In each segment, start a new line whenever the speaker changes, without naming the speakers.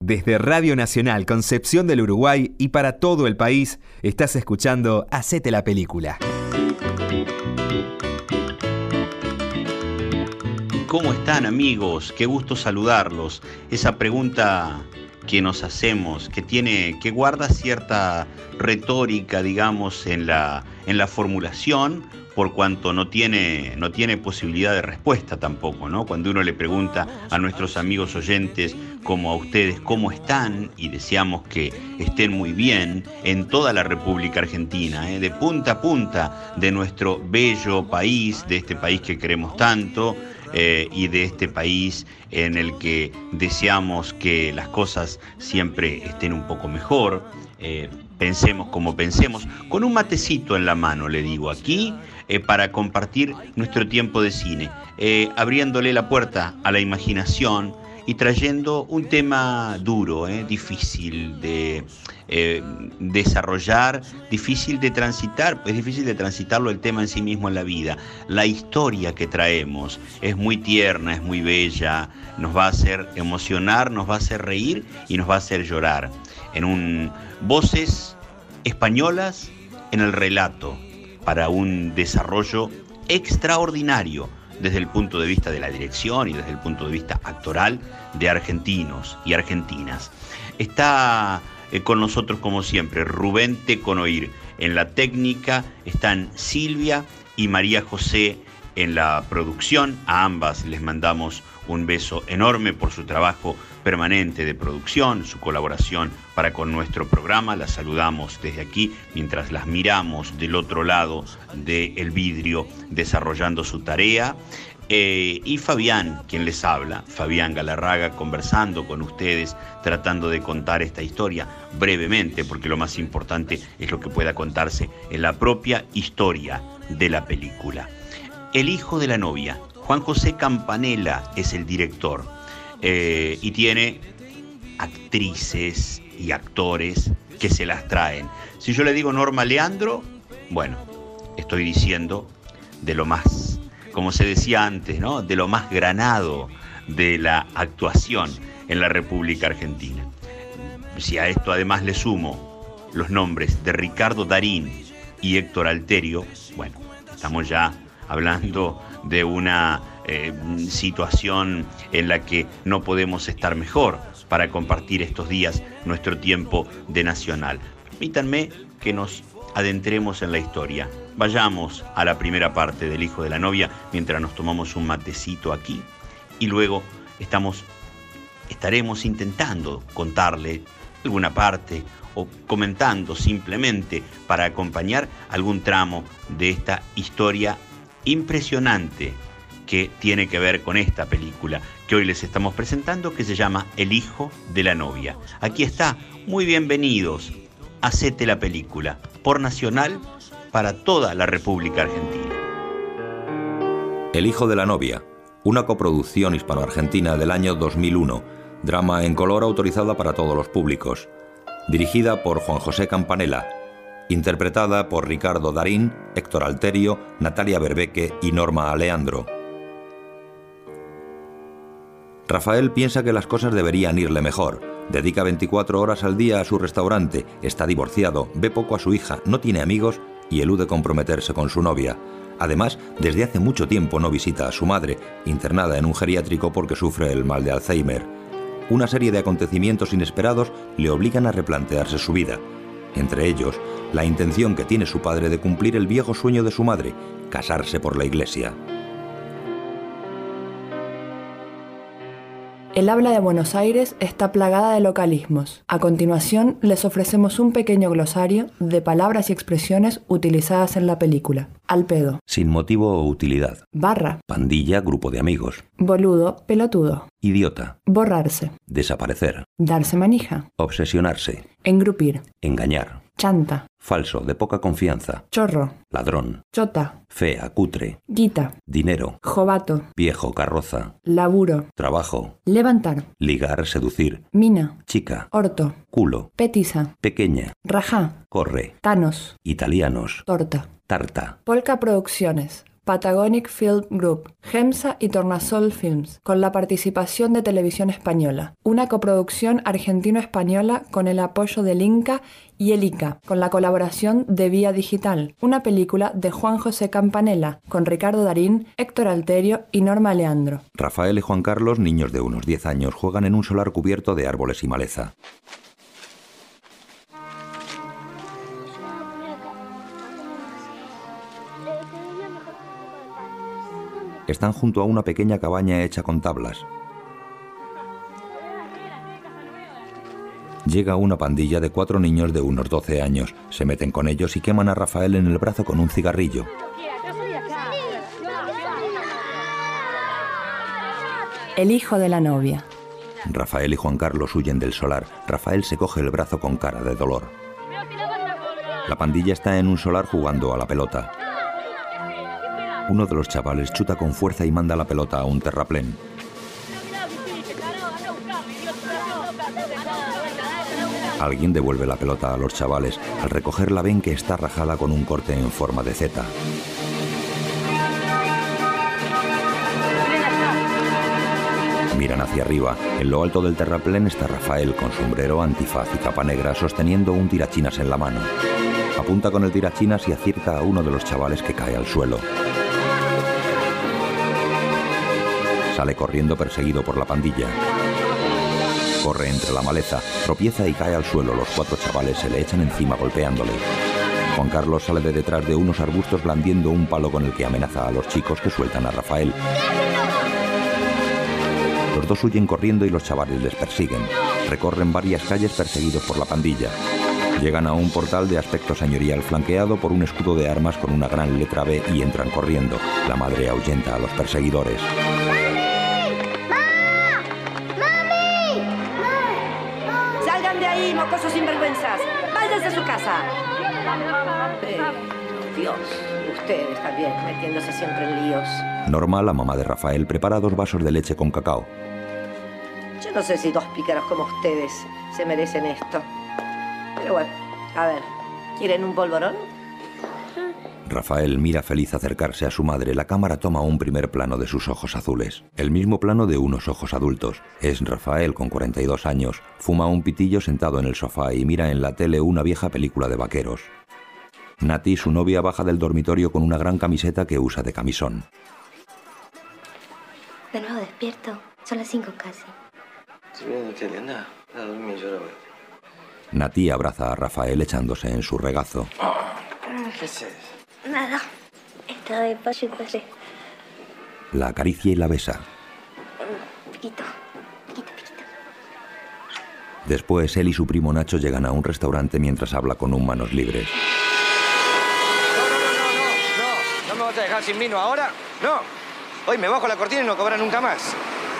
Desde Radio Nacional Concepción del Uruguay y para todo el país, estás escuchando Hacete la Película.
¿Cómo están amigos? Qué gusto saludarlos. Esa pregunta que nos hacemos, que tiene, que guarda cierta retórica, digamos, en la, en la formulación, por cuanto no tiene, no tiene posibilidad de respuesta tampoco, ¿no? Cuando uno le pregunta a nuestros amigos oyentes, como a ustedes, cómo están, y deseamos que estén muy bien en toda la República Argentina, ¿eh? de punta a punta de nuestro bello país, de este país que queremos tanto, eh, y de este país en el que deseamos que las cosas siempre estén un poco mejor. Eh, pensemos como pensemos, con un matecito en la mano, le digo aquí, eh, para compartir nuestro tiempo de cine, eh, abriéndole la puerta a la imaginación y trayendo un tema duro, eh, difícil de eh, desarrollar, difícil de transitar, es difícil de transitarlo el tema en sí mismo en la vida. La historia que traemos es muy tierna, es muy bella, nos va a hacer emocionar, nos va a hacer reír y nos va a hacer llorar. En un voces españolas en el relato para un desarrollo extraordinario desde el punto de vista de la dirección y desde el punto de vista actoral de argentinos y argentinas. Está eh, con nosotros como siempre, Rubén Teconoir. En la técnica están Silvia y María José en la producción. A ambas les mandamos un beso enorme por su trabajo permanente de producción, su colaboración para con nuestro programa. Las saludamos desde aquí mientras las miramos del otro lado del de vidrio desarrollando su tarea. Eh, y Fabián, quien les habla, Fabián Galarraga, conversando con ustedes, tratando de contar esta historia brevemente, porque lo más importante es lo que pueda contarse en la propia historia de la película. El hijo de la novia, Juan José Campanella, es el director eh, y tiene actrices y actores que se las traen. Si yo le digo Norma Leandro, bueno, estoy diciendo de lo más como se decía antes, ¿no? de lo más granado de la actuación en la República Argentina. Si a esto además le sumo los nombres de Ricardo Darín y Héctor Alterio, bueno, estamos ya hablando de una eh, situación en la que no podemos estar mejor para compartir estos días nuestro tiempo de nacional. Permítanme que nos adentremos en la historia. Vayamos a la primera parte del hijo de la novia mientras nos tomamos un matecito aquí y luego estamos estaremos intentando contarle alguna parte o comentando simplemente para acompañar algún tramo de esta historia impresionante que tiene que ver con esta película que hoy les estamos presentando que se llama El hijo de la novia. Aquí está, muy bienvenidos. Hacete la película por Nacional para toda la República Argentina.
El hijo de la novia, una coproducción hispano-argentina del año 2001, drama en color autorizada para todos los públicos, dirigida por Juan José Campanella, interpretada por Ricardo Darín, Héctor Alterio, Natalia Berbeque y Norma Aleandro. Rafael piensa que las cosas deberían irle mejor, Dedica 24 horas al día a su restaurante, está divorciado, ve poco a su hija, no tiene amigos y elude comprometerse con su novia. Además, desde hace mucho tiempo no visita a su madre, internada en un geriátrico porque sufre el mal de Alzheimer. Una serie de acontecimientos inesperados le obligan a replantearse su vida. Entre ellos, la intención que tiene su padre de cumplir el viejo sueño de su madre, casarse por la iglesia.
El habla de Buenos Aires está plagada de localismos. A continuación, les ofrecemos un pequeño glosario de palabras y expresiones utilizadas en la película. Al pedo.
Sin motivo o utilidad.
Barra.
Pandilla, grupo de amigos.
Boludo, pelotudo.
Idiota.
Borrarse.
Desaparecer.
Darse manija.
Obsesionarse.
Engrupir.
Engañar.
Chanta.
Falso, de poca confianza.
Chorro.
Ladrón.
Chota.
Fea, cutre.
Guita.
Dinero.
Jovato.
Viejo, carroza.
Laburo.
Trabajo.
Levantar.
Ligar, seducir.
Mina.
Chica.
Orto.
Culo.
Petiza.
Pequeña.
Rajá.
Corre.
Tanos.
Italianos.
Torta.
Tarta.
Polka Producciones. Patagonic Film Group, GEMSA y Tornasol Films, con la participación de Televisión Española, una coproducción argentino-española con el apoyo del Inca y el ICA, con la colaboración de Vía Digital, una película de Juan José Campanella, con Ricardo Darín, Héctor Alterio y Norma Leandro.
Rafael y Juan Carlos, niños de unos 10 años, juegan en un solar cubierto de árboles y maleza. Están junto a una pequeña cabaña hecha con tablas. Llega una pandilla de cuatro niños de unos 12 años. Se meten con ellos y queman a Rafael en el brazo con un cigarrillo.
El hijo de la novia.
Rafael y Juan Carlos huyen del solar. Rafael se coge el brazo con cara de dolor. La pandilla está en un solar jugando a la pelota. Uno de los chavales chuta con fuerza y manda la pelota a un terraplén. Alguien devuelve la pelota a los chavales. Al recogerla ven que está rajada con un corte en forma de Z. Miran hacia arriba. En lo alto del terraplén está Rafael con sombrero, antifaz y capa negra sosteniendo un tirachinas en la mano. Apunta con el tirachinas y acierta a uno de los chavales que cae al suelo. Sale corriendo perseguido por la pandilla. Corre entre la maleza, tropieza y cae al suelo. Los cuatro chavales se le echan encima golpeándole. Juan Carlos sale de detrás de unos arbustos blandiendo un palo con el que amenaza a los chicos que sueltan a Rafael. Los dos huyen corriendo y los chavales les persiguen. Recorren varias calles perseguidos por la pandilla. Llegan a un portal de aspecto señorial flanqueado por un escudo de armas con una gran letra B y entran corriendo. La madre ahuyenta a los perseguidores.
Salgan de ahí, mocosos sinvergüenzas. Váyanse a su casa. Eh, Dios, ustedes también metiéndose siempre en líos.
Norma, la mamá de Rafael, prepara dos vasos de leche con cacao.
Yo no sé si dos pícaros como ustedes se merecen esto. Pero bueno, a ver, ¿quieren un polvorón?
Rafael mira feliz acercarse a su madre. La cámara toma un primer plano de sus ojos azules. El mismo plano de unos ojos adultos. Es Rafael con 42 años. Fuma un pitillo sentado en el sofá y mira en la tele una vieja película de vaqueros. Nati, su novia, baja del dormitorio con una gran camiseta que usa de camisón.
De nuevo despierto. Son las 5 casi.
Si bien no entiende nada, a dormir yo la voy.
Nati abraza a Rafael echándose en su regazo.
¿Qué es eso?
Nada. Estaba de paso y pasé.
La acaricia y la besa.
Piquito. Piquito, piquito.
Después él y su primo Nacho llegan a un restaurante mientras habla con un manos libres.
No, no me vas a dejar sin vino ahora. No. Hoy me bajo la cortina y no cobran nunca más.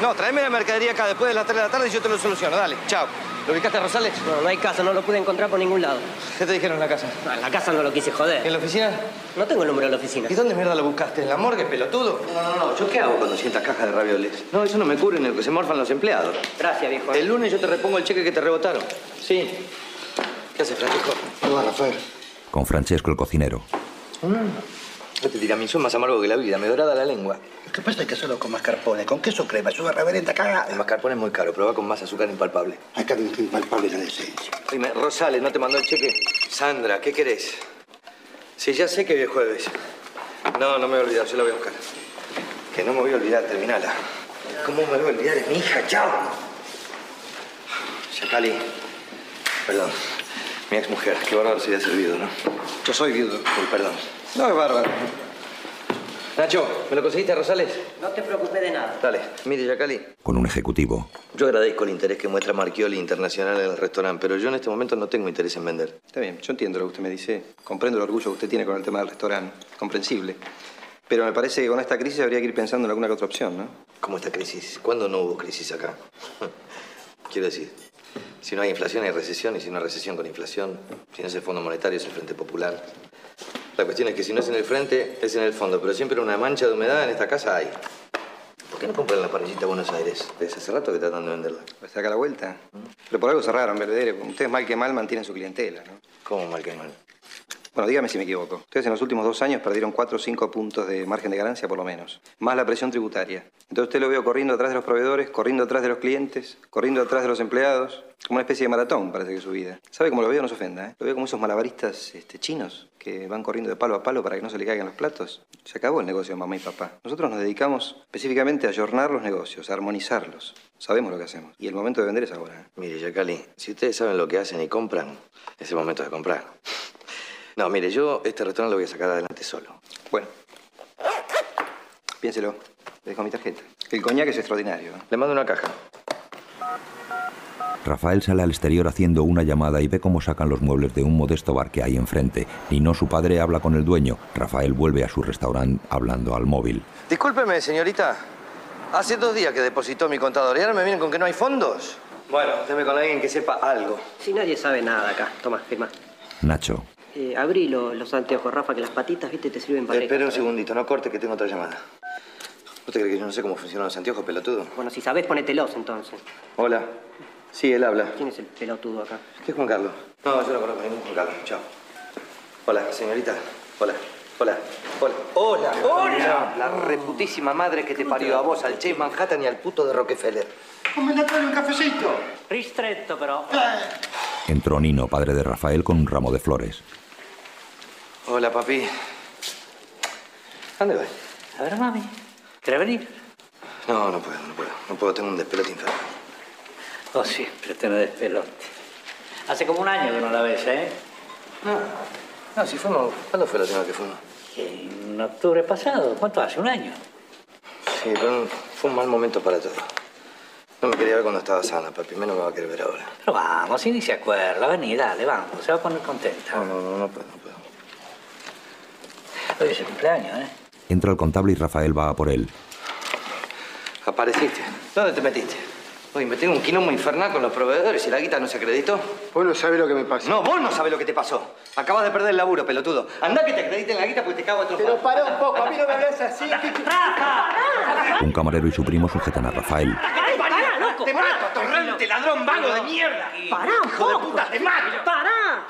No, tráeme la mercadería acá después de las 3 de la tarde y yo te lo soluciono. Dale, chao. ¿Lo ubicaste a Rosales?
No, no hay casa, no lo pude encontrar por ningún lado.
¿Qué te dijeron en la casa?
No, en la casa no lo quise joder.
¿En la oficina?
No tengo el número de la oficina.
¿Y dónde mierda lo buscaste? ¿En la morgue, pelotudo?
No, no, no. ¿Yo qué hago con 200 cajas de ravioles?
No, eso no me cubre en el que se morfan los empleados.
Gracias, viejo.
El lunes yo te repongo el cheque que te rebotaron. Sí. ¿Qué hace, Francisco?
No, Rafael.
Con Francesco el cocinero.
Este tiramisú es más amargo que la vida, me dorada la lengua.
Lo que pasa es que solo con mascarpone, con queso crema, es una reverenda cagada.
El mascarpone es muy caro, prueba con más azúcar impalpable.
Acá tenés que impalpable la decencia.
Dime, Rosales, ¿no te mandó el cheque? Sandra, ¿qué querés? Sí, ya sé que hoy es jueves. No, no me voy a olvidar, yo la voy a buscar. Que no me voy a olvidar, terminala.
¿Cómo me voy a olvidar de mi hija? ¡Chao!
Yacali, perdón. Mi exmujer, qué bárbaro sería ser viudo, ¿no?
Yo soy viudo.
Uy, perdón. No, es bárbaro. Nacho, ¿me lo conseguiste, Rosales?
No te preocupes de nada.
Dale, mire, Yacali,
Con un ejecutivo.
yo agradezco el interés que muestra Marchioli Internacional en el restaurante, pero yo en este momento no tengo interés en vender. Está bien, yo entiendo lo que usted me dice. Comprendo el orgullo que usted tiene con el tema del restaurante. Comprensible. Pero me parece que con esta crisis habría que ir pensando en alguna que otra opción, ¿no?
¿Cómo está crisis? ¿Cuándo no hubo crisis acá? Quiero decir, si no hay inflación hay recesión y si no hay recesión con inflación, si no es el Fondo Monetario es el Frente Popular. La cuestión es que si no es en el frente, es en el fondo, pero siempre una mancha de humedad en esta casa hay. ¿Por qué no compran la parrillita a Buenos Aires? Desde hace rato que tratan de venderla.
Está acá a la vuelta. Pero por algo cerraron, Belvedere. Ustedes mal que mal mantienen su clientela, ¿no?
¿Cómo mal que mal?
Bueno, dígame si me equivoco. Ustedes en los últimos dos años perdieron 4 o 5 puntos de margen de ganancia por lo menos, más la presión tributaria. Entonces usted lo veo corriendo atrás de los proveedores, corriendo atrás de los clientes, corriendo atrás de los empleados, como una especie de maratón parece que es su vida. ¿Sabe cómo lo veo? No se ofenda, ¿eh? Lo veo como esos malabaristas este, chinos que van corriendo de palo a palo para que no se le caigan los platos. Se acabó el negocio de mamá y papá. Nosotros nos dedicamos específicamente a ayornar los negocios, a armonizarlos. Sabemos lo que hacemos. Y el momento de vender es ahora. ¿eh?
Mire, Yacali, si ustedes saben lo que hacen y compran, es el momento de comprar. No, mire, yo este restaurante lo voy a sacar adelante solo.
Bueno. Piénselo. Le dejo mi tarjeta. El coñac es extraordinario. ¿eh?
Le mando una caja.
Rafael sale al exterior haciendo una llamada y ve cómo sacan los muebles de un modesto bar que hay enfrente. Nino, su padre, habla con el dueño. Rafael vuelve a su restaurante hablando al móvil.
Discúlpeme, señorita. Hace dos días que depositó mi contador y ahora me vienen con que no hay fondos. Bueno, deme con alguien que sepa algo.
Si nadie sabe nada acá, toma, firma.
Nacho.
Eh, abrí lo- los anteojos, Rafa, que las patitas, viste, te sirven para...
Eh, Espera un segundito, no corte que tengo otra llamada. ¿Usted cree que yo no sé cómo funcionan los anteojos, pelotudo?
Bueno, si sabés, ponételos entonces.
Hola. Sí, él habla.
¿Quién es el pelotudo acá?
¿Qué es Juan Carlos? No, yo no conozco ningún Juan Carlos. Chao. Hola, señorita. Hola. Hola. Hola. Hola. Hola. La reputísima madre que te parió a vos, al Chase Manhattan y al puto de Rockefeller.
Comandante, un cafecito.
Ristretto, pero...
Eh.
Entró Nino, padre de Rafael, con un ramo de flores.
Hola, papi. ¿Dónde vas?
A ver, mami. ¿Querés venir?
No, no puedo, no puedo. No puedo, tengo un despelote infernal.
Oh, siempre te lo despelote. Hace como un año que no la ves, ¿eh?
No. No, si fuimos. ¿Cuándo fue la última que fuimos?
En octubre pasado. ¿Cuánto hace? ¿Un año?
Sí, pero fue un mal momento para todo. No me quería ver cuando estaba sana, papi. Menos me va a querer ver ahora.
Pero vamos, si ni se acuerda. Vení, dale, vamos. Se va a poner contenta.
No, no, no, no puedo, no puedo.
Hoy es su cumpleaños, ¿eh?
Entra el contable y Rafael va a por él.
Apareciste. ¿Dónde te metiste? Oye, me tengo un quilombo infernal con los proveedores y la guita no se acreditó.
Vos no sabés lo que me pasa.
No, vos no sabés lo que te pasó. Acabas de perder el laburo, pelotudo. Andá que te acrediten la guita porque te cago a tu
Pero pará un poco, a mí no me hagas así.
Un camarero y su primo sujetan a Rafael.
¡Ay, pará, loco!
¡Te mato, torrante, ladrón, vago de mierda!
¡Pará un
¡Hijo de
poco!
puta, te mato!
¡Pará!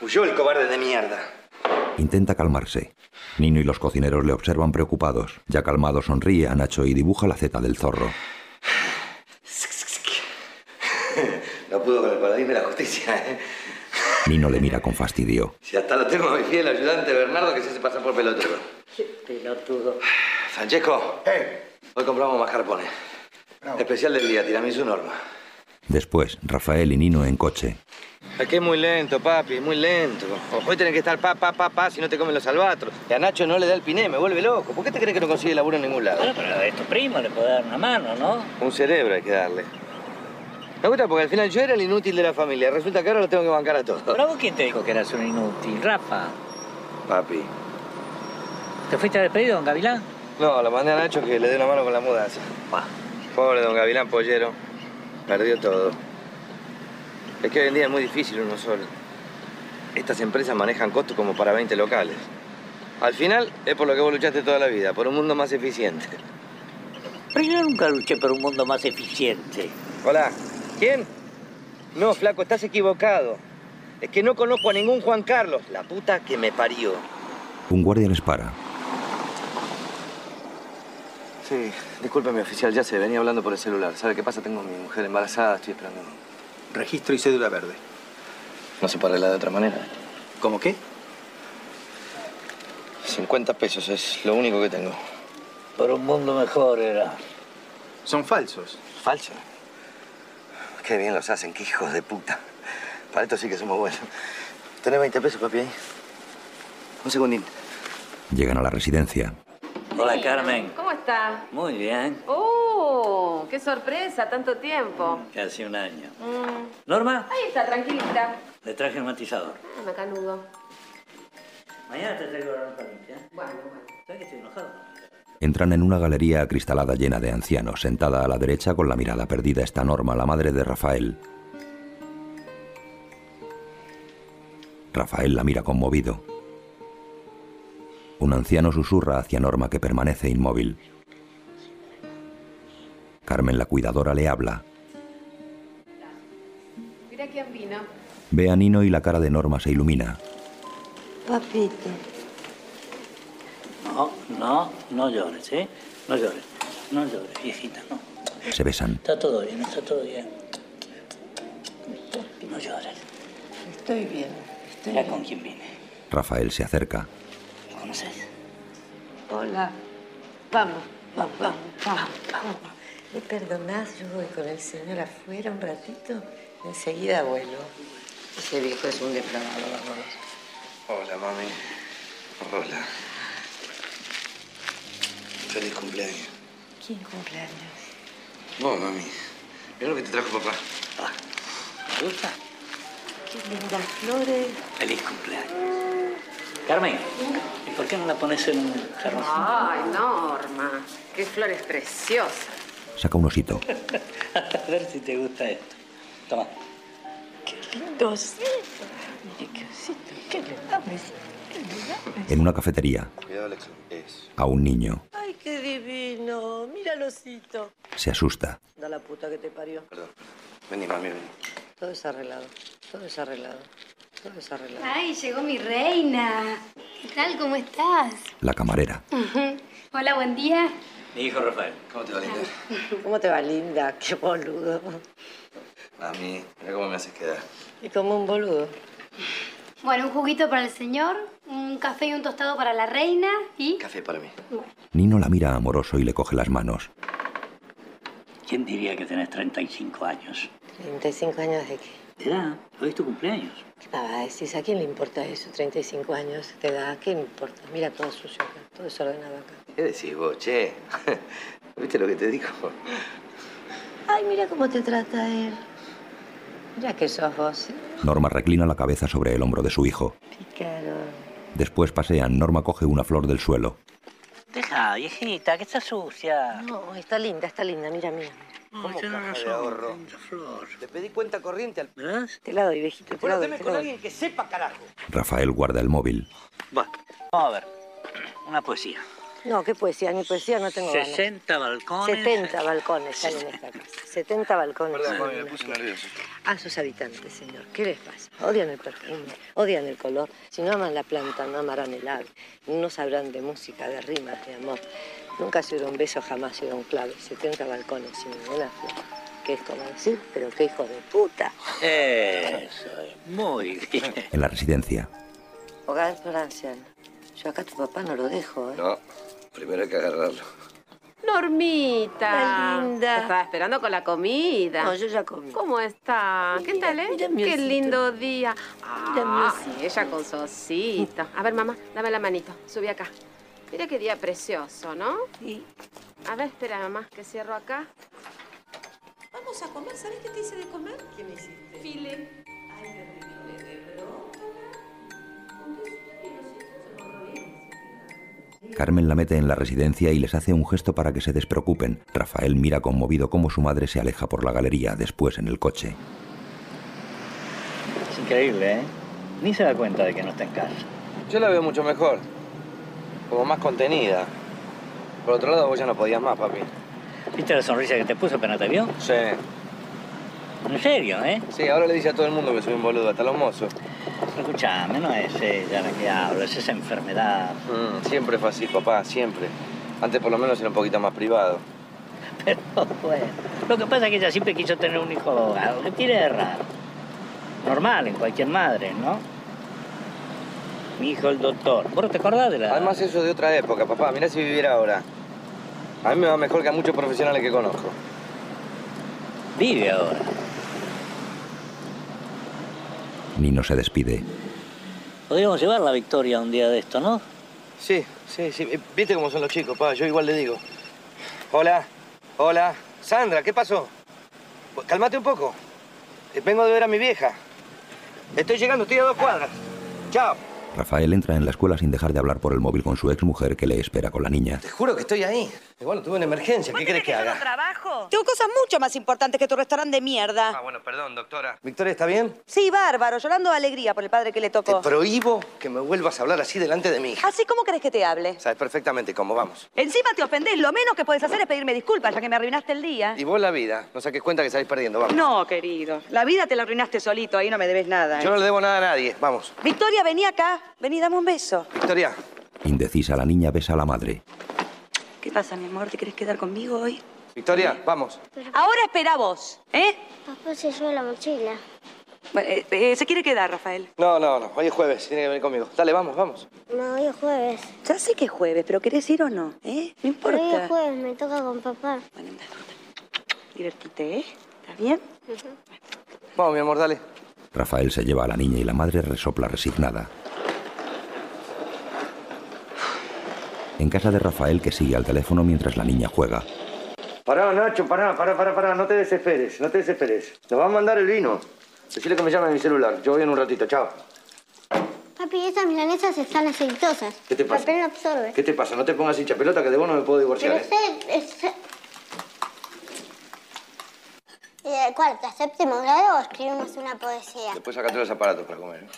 Huyó el cobarde de mierda.
Intenta calmarse. Nino y los cocineros le observan preocupados. Ya calmado sonríe a Nacho y dibuja la zeta del zorro.
No pudo con el paladín de la justicia, ¿eh?
Nino le mira con fastidio.
Si hasta lo tengo a mi fiel ayudante Bernardo que se hace pasar por pelotudo.
Pelotudo.
Francesco,
¡Eh!
hoy compramos más carpones.
Bravo.
Especial del día, tiramisú norma.
Después, Rafael y Nino en coche.
Aquí es muy lento, papi, muy lento. Hoy tenés que estar pa, pa, pa, pa, si no te comen los albatros. Y a Nacho no le da el piné, me vuelve loco. ¿Por qué te crees que no consigue laburo en ningún lado?
Bueno, pero a tu primo le puedo dar una mano, ¿no?
Un cerebro hay que darle. Me gusta porque al final yo era el inútil de la familia. Resulta que ahora lo tengo que bancar a todos.
Pero vos quién te dijo que eras un inútil, Rafa.
Papi.
¿Te fuiste despedido, don Gavilán?
No, lo mandé a Nacho que le dé una mano con la mudanza.
Bah.
Pobre don Gavilán Pollero. Perdió todo. Es que hoy en día es muy difícil uno solo. Estas empresas manejan costos como para 20 locales. Al final es por lo que vos luchaste toda la vida, por un mundo más eficiente.
Pero yo nunca luché por un mundo más eficiente.
Hola. ¿Quién? No, flaco, estás equivocado. Es que no conozco a ningún Juan Carlos. La puta que me parió.
Un guardia les para.
Sí, discúlpeme, oficial, ya se venía hablando por el celular. ¿Sabe qué pasa? Tengo a mi mujer embarazada, estoy esperando.
Registro y cédula verde.
¿No se puede arreglar de otra manera?
¿Cómo qué?
50 pesos es lo único que tengo.
Por un mundo mejor era.
Son falsos.
¿Falso? Qué bien los hacen, qué hijos de puta. Para esto sí que somos buenos. ¿Tenés 20 pesos, papi, ahí? Un segundín.
Llegan a la residencia.
Hola,
Nino,
Carmen.
¿Cómo está?
Muy bien.
¡Oh! ¡Qué sorpresa! Tanto tiempo.
Casi un año.
Mm.
Norma,
Ahí está, tranquilita.
le traje el matizador.
Ah, macanudo.
Mañana te traigo la ropa limpia.
Bueno, bueno.
¿Sabes que estoy enojado? con él?
Entran en una galería acristalada llena de ancianos. Sentada a la derecha con la mirada perdida está Norma, la madre de Rafael. Rafael la mira conmovido. Un anciano susurra hacia Norma que permanece inmóvil. Carmen, la cuidadora, le habla.
Mira quién vino.
Ve a Nino y la cara de Norma se ilumina.
Papito.
No, no, no llores, ¿eh? No llores, no llores, viejita, no.
Se besan.
Está todo bien, está todo bien. No llores.
Estoy bien. Estoy
Mira
bien.
con quién vine.
Rafael se acerca.
¿Me conoces?
Hola. Vamos, vamos, vamos, vamos, vamos. ¿Me perdonás? Yo voy con el señor afuera un ratito. Enseguida vuelvo. Ese viejo es un depravado, vamos.
Hola, mami. Hola. Feliz cumpleaños.
¿Quién cumpleaños?
Vos, mami. Mira lo que te trajo papá.
¿Te gusta?
Qué lindas flores.
Feliz cumpleaños. Carmen, ¿y por qué no la pones en un jarroncito?
Ay, Norma, qué flores preciosas.
Saca un osito.
A ver si te gusta esto. Toma.
Qué lindo osito. Mire qué osito. Qué le dame, qué le dame.
En una cafetería.
Cuidado, Alex. Es.
A un niño.
Ay, qué divino. Mira el osito.
Se asusta.
Da la puta que te parió.
Vení, mami, vení.
Todo es arreglado. Todo es arreglado. Todo es arreglado.
Ay, llegó mi reina. ¿Qué tal? ¿Cómo estás?
La camarera.
Ujú. Hola, buen día.
Mi hijo Rafael.
¿Cómo te va, linda?
¿Cómo te va, linda? Qué boludo.
Mami, mira cómo me haces quedar.
Y como un boludo.
Bueno, un juguito para el señor, un café y un tostado para la reina y...
Café para mí.
Nino la mira amoroso y le coge las manos.
¿Quién diría que tenés 35 años?
35 años de qué?
De edad. Hoy es tu cumpleaños.
¿Qué papá ah, decís? ¿A quién le importa eso? 35 años de edad. ¿Qué me importa? Mira todo sucio acá. Todo desordenado acá.
¿Qué decís vos, che? ¿Viste lo que te dijo?
Ay, mira cómo te trata él. Mira que sos vos. ¿eh?
Norma reclina la cabeza sobre el hombro de su hijo.
Picarón.
Después pasean. Norma coge una flor del suelo.
Deja, viejita, que está sucia.
No, está linda, está linda. Mira, mira.
Mm,
¿Cómo caja de ahorro? Flor.
Le pedí cuenta corriente al...
Te la doy, viejito. Te la doy.
Poneme con alguien que sepa, carajo.
Rafael guarda el móvil.
Bueno, vamos a ver. Una poesía.
No, qué poesía, ni poesía no tengo ganas.
60 balcones.
70 balcones salen en esta casa. 70 balcones. salen en esta casa.
nervioso.
A sus habitantes, Ah, señor. ¿Qué les pasa? Odian el perfume, odian el color. Si no aman la planta, no amarán el ave. No sabrán de música, de rimas, de amor. Nunca se dio un beso, jamás se dio un clave. 70 balcones sin ninguna flor. Que es como decir, pero qué hijo de puta.
Eso es. Muy bien.
En la residencia.
Hogar para ancianos. Yo acá a tu papá no lo dejo, ¿eh?
No, primero hay que agarrarlo.
Normita.
La linda.
Te estaba esperando con la comida.
No, yo ya comí.
¿Cómo está? ¿Qué tal, eh?
mi
Qué
osito.
lindo día.
Mira mi
Ah, ella con su osito. A ver, mamá, dame la manito. Subí acá. Mira qué día precioso, ¿no?
Sí.
A ver, espera, mamá, que cierro acá.
Vamos a comer, ¿sabes qué te hice de comer? ¿Qué me hiciste? File. Ay, qué rico. de brócala con queso y los hijos se lo bien.
Carmen la mete en la residencia y les hace un gesto para que se despreocupen. Rafael mira conmovido cómo su madre se aleja por la galería, después en el coche.
Es increíble, ¿eh? Ni se da cuenta de que no está en casa.
Yo la veo mucho mejor. Como más contenida. Por otro lado, vos ya no podías más, papi.
¿Viste la sonrisa que te puso apenas te vio?
Sí.
En serio, ¿eh?
Sí, ahora le dice a todo el mundo que soy un boludo, hasta los mozos.
Escuchame, no es ella la que habla, es esa enfermedad.
Mm, siempre fue así, papá, siempre. Antes por lo menos era un poquito más privado.
Pero bueno, lo que pasa es que ella siempre quiso tener un hijo, algo que tiene de raro. Normal en cualquier madre, ¿no? Mi hijo el doctor. ¿Vos no te acordás de la.?
Además eso es de otra época, papá. Mirá si viviera ahora. A mí me va mejor que a muchos profesionales que conozco.
Vive ahora.
Nino se despide.
Podríamos llevar la victoria un día de esto, ¿no?
Sí, sí, sí. Eh, Viste cómo son los chicos, papá. Yo igual le digo. Hola, hola. Sandra, ¿qué pasó? Pues, Calmate un poco. Eh, Vengo de ver a mi vieja. Estoy llegando, estoy a dos cuadras. Chao.
Rafael entra en la escuela sin dejar de hablar por el móvil con su exmujer que le espera con la niña.
Te juro que estoy ahí. Y bueno, tuve una emergencia. ¿Qué crees que haga?
trabajo? Tengo cosas mucho más importantes que tu restaurante de mierda.
Ah, bueno, perdón, doctora. ¿Victoria está bien?
Sí, bárbaro, llorando de alegría por el padre que le tocó.
Prohíbo que me vuelvas a hablar así delante de mi hija.
¿Así cómo crees que te hable?
Sabes perfectamente cómo vamos.
Encima te ofendés, lo menos que podés hacer es pedirme disculpas, ya que me arruinaste el día.
Y vos la vida. No saques cuenta que salís perdiendo, vamos.
No, querido. La vida te la arruinaste solito, ahí no me debes nada. ¿eh?
Yo no le debo nada a nadie. Vamos.
Victoria, vení acá. Victoria, vení, dame un beso.
Victoria.
Indecisa, la niña besa a la madre.
¿Qué pasa, mi amor? ¿Te querés quedar conmigo hoy?
Victoria, vamos.
Ahora espera vos, ¿eh?
Papá se lleva la mochila.
Bueno, eh, eh, se quiere quedar, Rafael.
No, no, no. Hoy es jueves. Tiene que venir conmigo. Dale, vamos, vamos.
No, hoy es jueves.
Ya sé que es jueves, pero ¿querés ir o no? ¿Eh? No importa.
Hoy es jueves, me toca con papá.
Divertite, ¿eh? ¿Está bien?
Vamos, mi amor, dale.
Rafael se lleva a la niña y la madre resopla resignada. En casa de Rafael que sigue al teléfono mientras la niña juega.
Pará, Nacho, pará, pará, pará, pará. No te desesperes, no te desesperes. Nos va a mandar el vino. Decirle que me llame a mi celular. Yo voy en un ratito. Chao.
Papi, esas milanesas están aceitosas.
¿Qué te pasa?
Papel no absorbe.
¿Qué te pasa? No te pongas hincha pelota que de vos no me puedo divorciar.
Pero
¿eh?
este es... Y de cuarto a eh, séptimo grado escribimos una poesía.
Después sacate los aparatos para comer. ¿eh?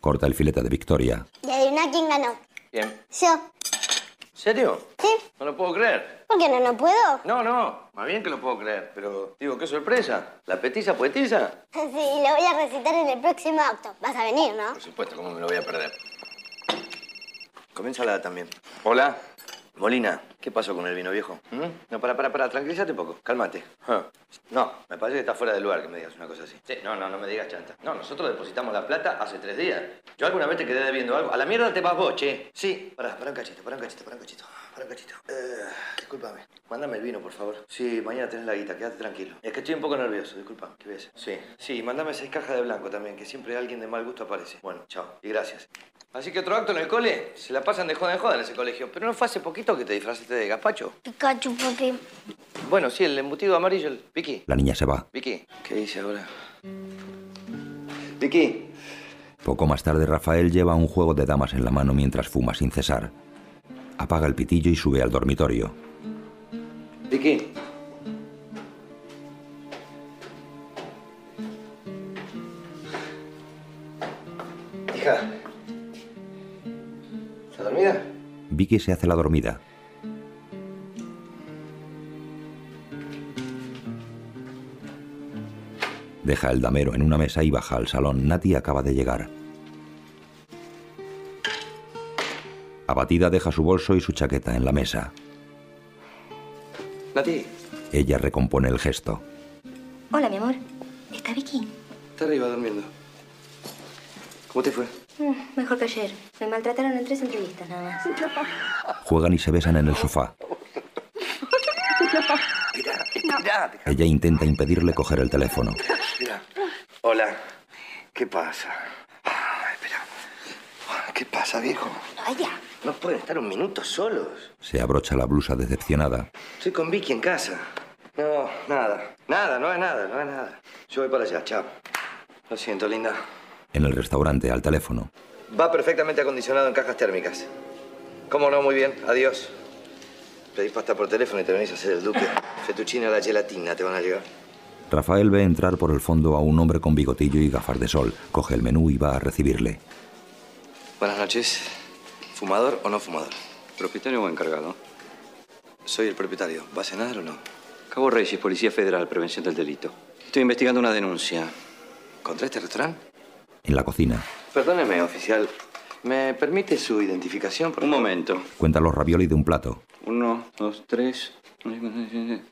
Corta el filete de Victoria.
Y adivina quién ganó.
Bien.
Yo.
¿En serio?
¿Sí?
No lo puedo creer.
¿Por qué no, no puedo?
No, no. Más bien que lo puedo creer. Pero, digo, qué sorpresa. ¿La petiza poetisa?
Sí, lo voy a recitar en el próximo acto. Vas a venir, ¿no?
Por supuesto, ¿cómo me lo voy a perder? Comienza la también. Hola. Molina, ¿qué pasó con el vino viejo? ¿Mm? No, para, para, para, tranquilízate un poco, cálmate. Ah. No, me parece que está fuera de lugar que me digas una cosa así. Sí, no, no, no me digas chanta. No, nosotros depositamos la plata hace tres días. Yo alguna vez te quedé debiendo algo. A la mierda te vas vos, che. Sí, pará, pará un cachito, pará un cachito, pará un cachito. Pará un cachito. Eh, discúlpame, mándame el vino, por favor. Sí, mañana tenés la guita, quédate tranquilo. Es que estoy un poco nervioso, disculpa, ¿qué ves? Sí, sí, mándame seis cajas de blanco también, que siempre alguien de mal gusto aparece. Bueno, chao, y gracias. Así que otro acto en el cole, se la pasan de joda en joda en ese colegio. Pero no fue hace poquito que te disfrazaste de gazpacho.
Pikachu, papi.
Bueno, sí, el embutido amarillo, el Vicky.
La niña se va.
Vicky, ¿qué dice ahora? Vicky.
Poco más tarde Rafael lleva un juego de damas en la mano mientras fuma sin cesar. Apaga el pitillo y sube al dormitorio.
Vicky. Hija. ¿Está dormida?
Vicky se hace la dormida. Deja el damero en una mesa y baja al salón. Nati acaba de llegar. Abatida deja su bolso y su chaqueta en la mesa.
Nati,
Ella recompone el gesto.
Hola, mi amor. ¿Está Vicky?
está arriba durmiendo. ¿Cómo te fue?
Mm,
mejor que ayer. Me maltrataron en tres entrevistas nada más.
Juegan y se besan en el sofá.
Mirá, mirá,
Ella intenta impedirle coger el teléfono.
mirá. Hola. ¿Qué pasa? Ah, espera. Ah, ¿Qué pasa, viejo?
Vaya.
No pueden estar un minuto solos.
Se abrocha la blusa decepcionada.
Estoy con Vicky en casa. No, nada. Nada, no es nada, no es nada. Yo voy para allá, chao. Lo siento, linda.
En el restaurante, al teléfono.
Va perfectamente acondicionado en cajas térmicas. ¿Cómo no? Muy bien. Adiós. Pedís pasta por teléfono y te venís a hacer el duque. Fetuchina a la gelatina te van a llegar.
Rafael ve entrar por el fondo a un hombre con bigotillo y gafas de sol. Coge el menú y va a recibirle.
Buenas noches. ¿Fumador o no fumador? ¿Propietario o encargado? Soy el propietario. ¿Va a cenar o no? Cabo Reyes, Policía Federal, Prevención del Delito. Estoy investigando una denuncia. ¿Contra este restaurante?
En la cocina,
Perdóneme, oficial. ¿Me permite su identificación? Un momento.
cuenta los ravioli de un plato.
Uno, dos, tres.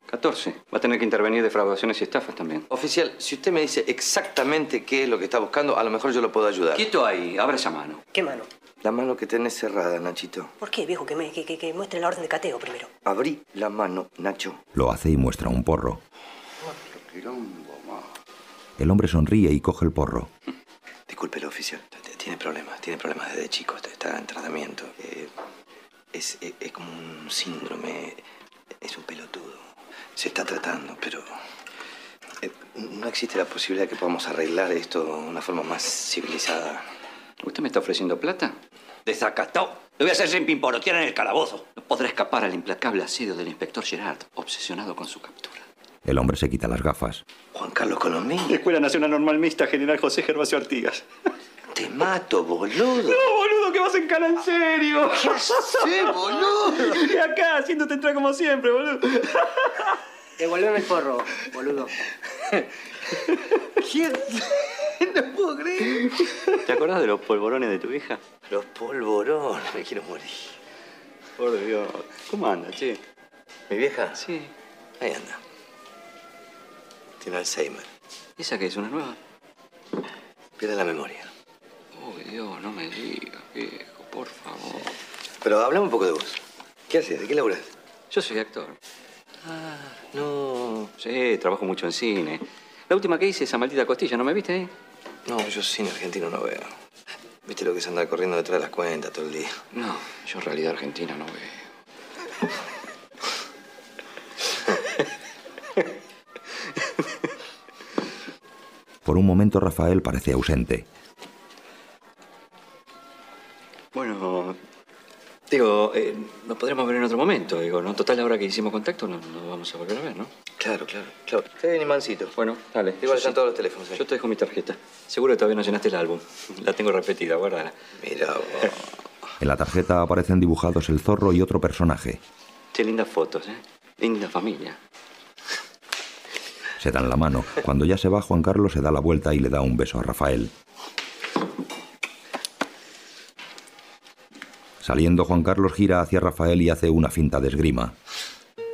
14. Va a tener que intervenir defraudaciones y estafas también. Oficial, si usted me dice exactamente qué es lo que está buscando, a lo mejor yo lo puedo ayudar. Quieto ahí, abre esa mano.
¿Qué mano?
La mano que tenés cerrada, Nachito.
¿Por qué, viejo? Que, me, que, que- que muestre la orden de cateo primero.
Abrí la mano, Nacho.
Lo hace y muestra un porro.
Quilombo,
El hombre sonríe y coge el porro.
Disculpe, oficial. T- Tiene problemas, tiene problemas desde chico. Está- Está en tratamiento. Eh, es, es- es como un síndrome. Es un pelotudo. Se está tratando, pero. eh, No existe la posibilidad que podamos arreglar esto de una forma más civilizada. ¿Usted me está ofreciendo plata?
Desacatado. Lo voy a hacer sin pimporotear en el calabozo. No podrá escapar al implacable asedio del inspector Gerard, obsesionado con su captura.
El hombre se quita las gafas.
Juan Carlos Colomín.
Escuela Nacional Normal Mixta, General José Gervasio Artigas.
Te mato, boludo.
No, boludo, que vas en cara en serio.
Sí, boludo.
Y acá, haciéndote entrar como siempre, boludo.
Devolveme el porro, boludo.
¿Quién?
no puedo creer.
¿Te acordás de los polvorones de tu hija?
Los polvorones, me quiero morir.
Por Dios. ¿Cómo anda, che?
¿Mi vieja?
Sí.
Ahí anda. Tiene Alzheimer.
¿Esa qué es? ¿Una nueva?
Pierde la memoria.
Uy, Dios, no me digas, viejo, por favor.
Pero hablame un poco de vos. ¿Qué haces? ¿De qué laburás?
Yo soy actor.
Ah,
No. Sí, trabajo mucho en cine. La última que hice, esa maldita costilla, ¿no me viste ahí?
no, yo cine argentino no veo. ¿Viste lo que es andar corriendo detrás de las cuentas todo el día?
No, yo en realidad argentina no veo.
Por un momento Rafael parece ausente.
Bueno, digo, eh, nos podremos ver en otro momento. Digo, ¿no? Total, ahora que hicimos contacto, no nos vamos a volver a ver, ¿no?
Claro, claro, claro. Te viene mancito.
Bueno, dale.
Igual
Yo
están
sí.
todos los teléfonos ahí.
Yo te dejo mi tarjeta. Seguro que todavía no llenaste el álbum. La tengo repetida, guárdala.
Mira vos.
En la tarjeta aparecen dibujados el zorro y otro personaje.
Che, lindas fotos, ¿eh? Linda familia.
Se dan la mano. Cuando ya se va, Juan Carlos se da la vuelta y le da un beso a Rafael. Saliendo, Juan Carlos gira hacia Rafael y hace una finta de esgrima.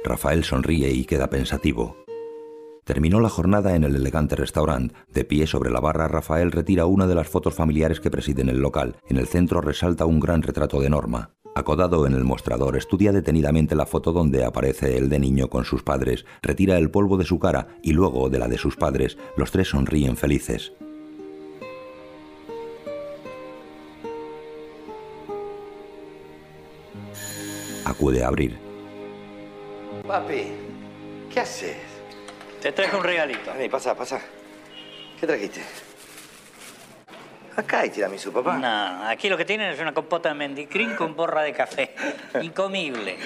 Rafael sonríe y queda pensativo. Terminó la jornada en el elegante restaurante. De pie sobre la barra, Rafael retira una de las fotos familiares que presiden el local. En el centro resalta un gran retrato de Norma. Acodado en el mostrador, estudia detenidamente la foto donde aparece el de niño con sus padres, retira el polvo de su cara y luego de la de sus padres. Los tres sonríen felices. Acude a abrir.
Papi, ¿qué haces?
Te traje un regalito.
Vení, pasa, pasa. ¿Qué trajiste? Acá hay tiramisú, papá.
No, Ah, aquí lo que tienen es una compota de mendicrín con borra de café. Incomible.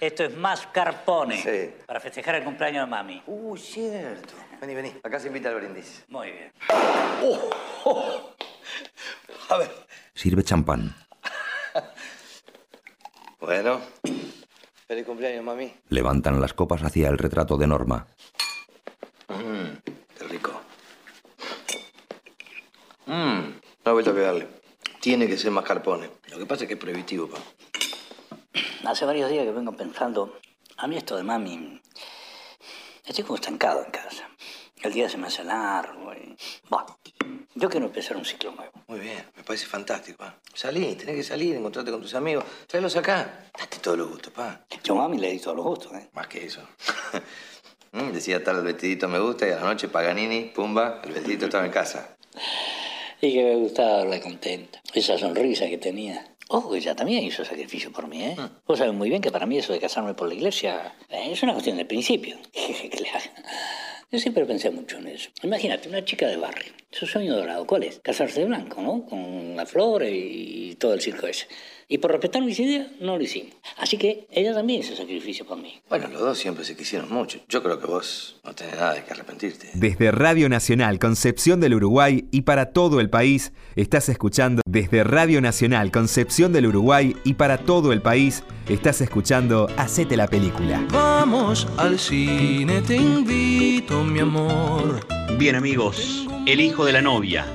Esto es mascarpone.
Sí.
Para festejar el cumpleaños de mami.
Uh, cierto. Vení, vení. Acá se invita al brindis.
Muy bien.
A ver.
Sirve champán.
Bueno. Feliz cumpleaños, mami.
Levantan las copas hacia el retrato de Norma.
Mm,
Mmm, qué rico. Mmm, no he vuelto a pegarle. Tiene que ser mascarpone. Lo que pasa es que es prohibitivo, papá.
Hace varios días que vengo pensando, a mí esto de mami, estoy como estancado en casa. El día se me hace largo y... Bueno, yo quiero empezar un ciclo nuevo.
Muy bien, me parece fantástico, papá. Salí, tenés que salir, encontrarte con tus amigos. Tráelos acá. Date todos los gustos, papá.
Yo a mami le di todos los gustos, ¿eh?
Más que eso. Mm, decía tal el vestidito me gusta y a la noche Paganini, pumba, el vestidito estaba en casa.
Y que me gustaba verla contenta. Esa sonrisa que tenía. Ojo, que ella también hizo sacrificio por mí, ¿eh? Vos sabés muy bien que para mí eso de casarme por la iglesia eh, es una cuestión del principio. Jeje, claro. Yo siempre pensé mucho en eso. Imagínate, una chica de barrio. Su sueño dorado, ¿cuál es? Casarse de blanco, ¿no? Con la flor y todo el circo ese. Y por respetar mis ideas, no lo hicimos. Así que ella también hizo sacrificio por mí.
Bueno, los dos siempre se quisieron mucho. Yo creo que vos no tenés nada de que arrepentirte.
Desde Radio Nacional Concepción del Uruguay y para todo el país, estás escuchando desde Radio Nacional Concepción del Uruguay y para todo el país, estás escuchando Hacete la película.
Vamos al cine, te invito, mi amor.
Bien amigos, el hijo de la novia,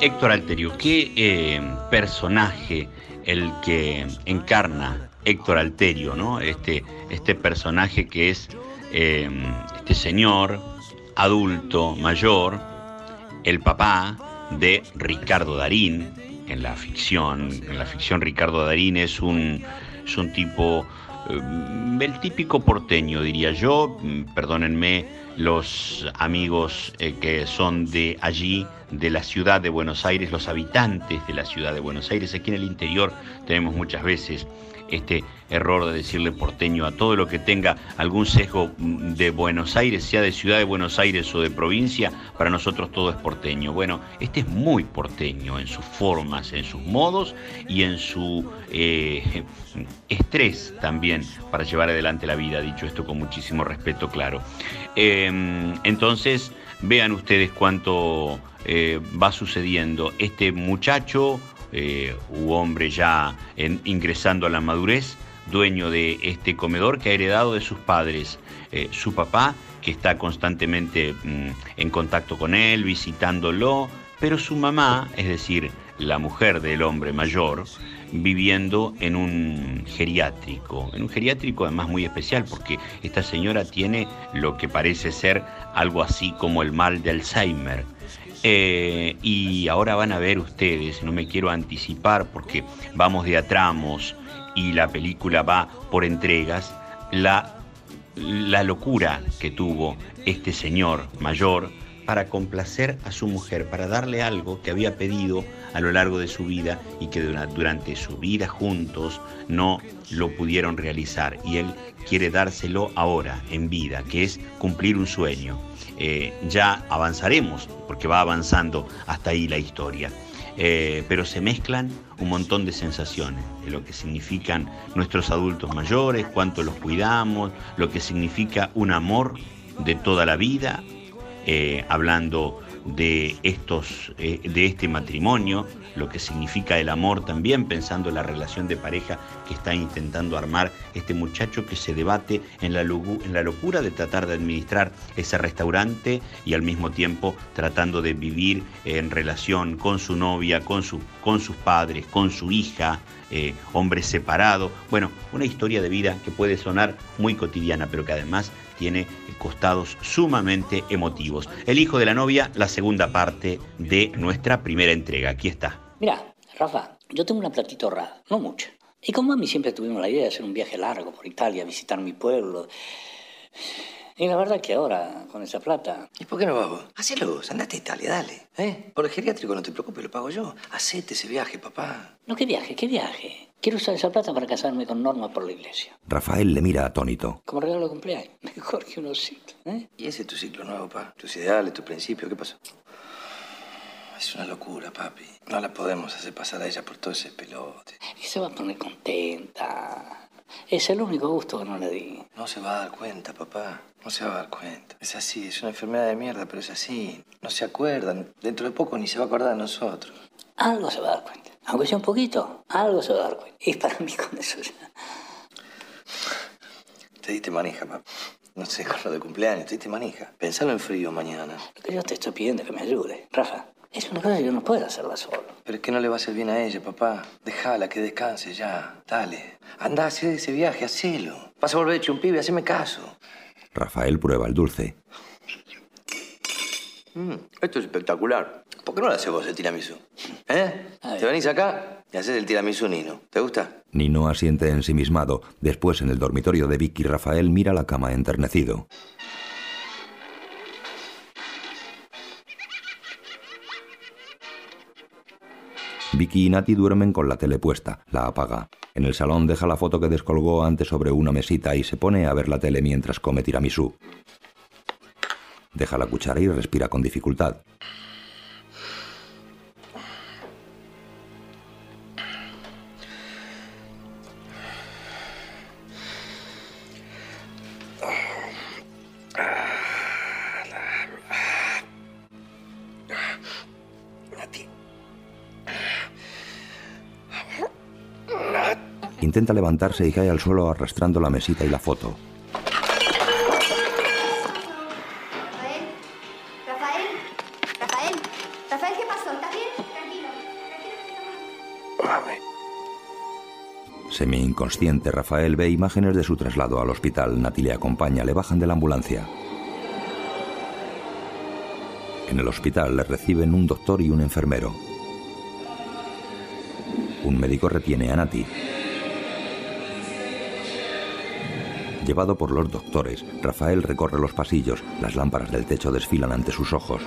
Héctor Alterio. Qué eh, personaje el que encarna Héctor Alterio, ¿no? Este, este personaje que es eh, este señor adulto, mayor, el papá de Ricardo Darín en la ficción. En la ficción Ricardo Darín es un, es un tipo, eh, el típico porteño diría yo, Mm, perdónenme los amigos eh, que son de allí, de la ciudad de Buenos Aires, los habitantes de la ciudad de Buenos Aires, aquí en el interior tenemos muchas veces este error de decirle porteño a todo lo que tenga algún sesgo mm, de Buenos Aires, sea de ciudad de Buenos Aires o de provincia, para nosotros todo es porteño. Bueno, este es muy porteño en sus formas, en sus modos y en su eh, estrés también para llevar adelante la vida, dicho esto con muchísimo respeto, claro. Eh, entonces, vean ustedes cuánto eh, va sucediendo. Este muchacho eh, u hombre ya en- ingresando a la madurez, dueño de este comedor que ha heredado de sus padres, eh, su papá, que está constantemente mm, en contacto con él, visitándolo, Pero su mamá, es decir, la mujer del hombre mayor, viviendo en un geriátrico, en un geriátrico además muy especial porque esta señora tiene lo que parece ser algo así como el mal de Alzheimer. Eh, y ahora van a ver ustedes, no me quiero anticipar porque vamos de a tramos y la película va por entregas, la, la locura que tuvo este señor mayor para complacer a su mujer, para darle algo que había pedido a lo largo de su vida y que dura- durante su vida juntos no lo pudieron realizar. Y él quiere dárselo ahora, en vida, que es cumplir un sueño. Eh, ya avanzaremos, porque va avanzando hasta ahí la historia. Eh, pero se mezclan un montón de sensaciones, de lo que significan nuestros adultos mayores, cuánto los cuidamos, lo que significa un amor de toda la vida, eh, hablando de, estos, eh, de este matrimonio, lo que significa el amor también, pensando en la relación de pareja que está intentando armar este muchacho que se debate en la, lugu- en la locura de tratar de administrar ese restaurante y al mismo tiempo tratando de vivir en relación con su novia, con, su- con sus padres, con su hija, eh, hombre separado. Bueno, una historia de vida que puede sonar muy cotidiana, pero que además tiene costados sumamente emotivos. El hijo de la novia, la segunda parte de nuestra primera entrega. Aquí está.
Mira, Rafa, yo tengo una platita ahorrada, no mucha. Y con mami siempre tuvimos la idea de hacer un viaje largo por Italia, visitar mi pueblo. Y la verdad que ahora, con esa plata...
¿Y por qué no vas vos? Hacelo vos, andate a Italia, dale. ¿Eh? Por el geriátrico no te preocupes, lo pago yo. Hacete ese viaje, papá.
No, qué viaje, qué viaje. Quiero usar esa plata para casarme con Norma por la iglesia.
Rafael le mira atónito.
Como regalo de cumpleaños. Mejor que un osito. ¿eh?
Y ese es tu ciclo nuevo, papá. Tus ideales, tus principios, ¿qué pasó? Es una locura, papi. No la podemos hacer pasar a ella por todo ese pelote.
Y se va a poner contenta. Es el único gusto que no le di.
No se va a dar cuenta, papá. No se va a dar cuenta. Es así, es una enfermedad de mierda, pero es así. No se acuerdan. Dentro de poco ni se va a acordar de nosotros.
Algo se va a dar cuenta. Aunque sea un poquito, algo se va a dar cuenta. Y para mí con eso ya...
Te diste manija, papá. No sé, con lo de cumpleaños, te diste manija. Pensalo en frío mañana.
Lo que yo te estoy pidiendo es que me ayude. Rafa, es una cosa que yo no puedo hacerla solo.
Pero es que no le va a hacer bien a ella, papá. Déjala que descanse ya. Dale. Andá, hacé ese viaje, hacelo. Vas a volver hecho un pibe, haceme caso.
Rafael prueba el dulce.
Mm, esto es espectacular. ¿Por qué no le haces vos el tiramisú? ¿Eh? Te venís acá y haces el tiramisú nino. ¿Te gusta?
Nino asiente ensimismado. Después, en el dormitorio de Vicky, Rafael mira la cama enternecido. Vicky y Nati duermen con la tele puesta. La apaga. En el salón deja la foto que descolgó antes sobre una mesita y se pone a ver la tele mientras come tiramisú. Deja la cuchara y respira con dificultad. Intenta levantarse y cae al suelo arrastrando la mesita y la foto.
Rafael, Rafael, Rafael, Rafael, ¿qué pasó? ¿Estás bien? Tranquilo.
Semi-inconsciente, Rafael ve imágenes de su traslado al hospital. Nati le acompaña, le bajan de la ambulancia. En el hospital le reciben un doctor y un enfermero. Un médico retiene a Nati. Llevado por los doctores, Rafael recorre los pasillos. Las lámparas del techo desfilan ante sus ojos.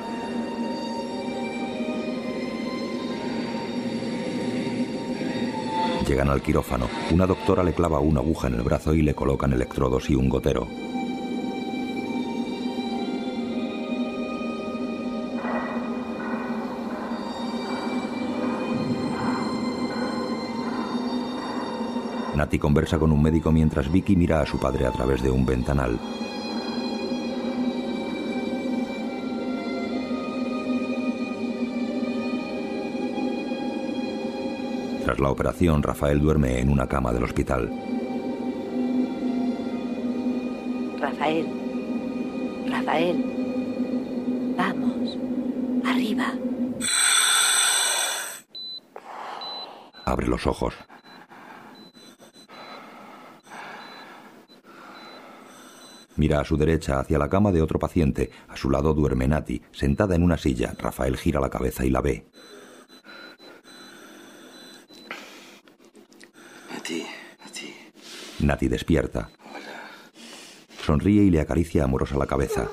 Llegan al quirófano. Una doctora le clava una aguja en el brazo y le colocan electrodos y un gotero. Nati conversa con un médico mientras Vicky mira a su padre a través de un ventanal. Tras la operación, Rafael duerme en una cama del hospital.
Rafael, Rafael, vamos, arriba,
Abre los ojos. Mira a su derecha hacia la cama de otro paciente. A su lado duerme Nati, sentada en una silla. Rafael gira la cabeza y la ve.
A ti, a ti.
Nati despierta. Sonríe y le acaricia amorosa la cabeza.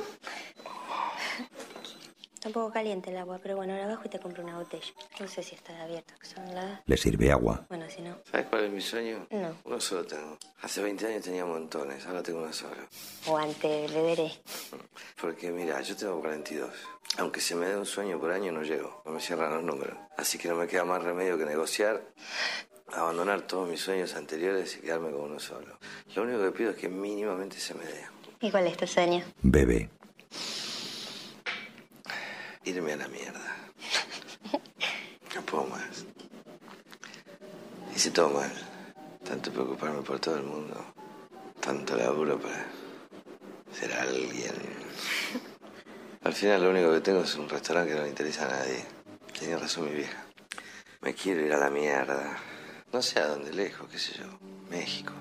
Está un poco caliente el agua, pero bueno, ahora bajo y te compro una botella. No sé si estará abierta, que son las...
Le sirve agua.
Bueno, si no...
¿Sabes cuál es mi sueño?
No.
Uno solo tengo. Hace 20 años tenía montones, ahora tengo uno solo.
O antes le veré.
Porque mira, yo tengo 42. Aunque se me dé un sueño por año, no llego. No me cierran los números. Así que no me queda más remedio que negociar, abandonar todos mis sueños anteriores y quedarme con uno solo. Lo único que pido es que mínimamente se me dé.
¿Y cuál es tu sueño?
Bebe.
Irme a la mierda. No puedo más. Hice todo mal. Tanto preocuparme por todo el mundo. Tanto laburo para ser alguien. Al final lo único que tengo es un restaurante que no le interesa a nadie. Tenía razón mi vieja. Me quiero ir a la mierda. No sé a dónde lejos, qué sé yo. México.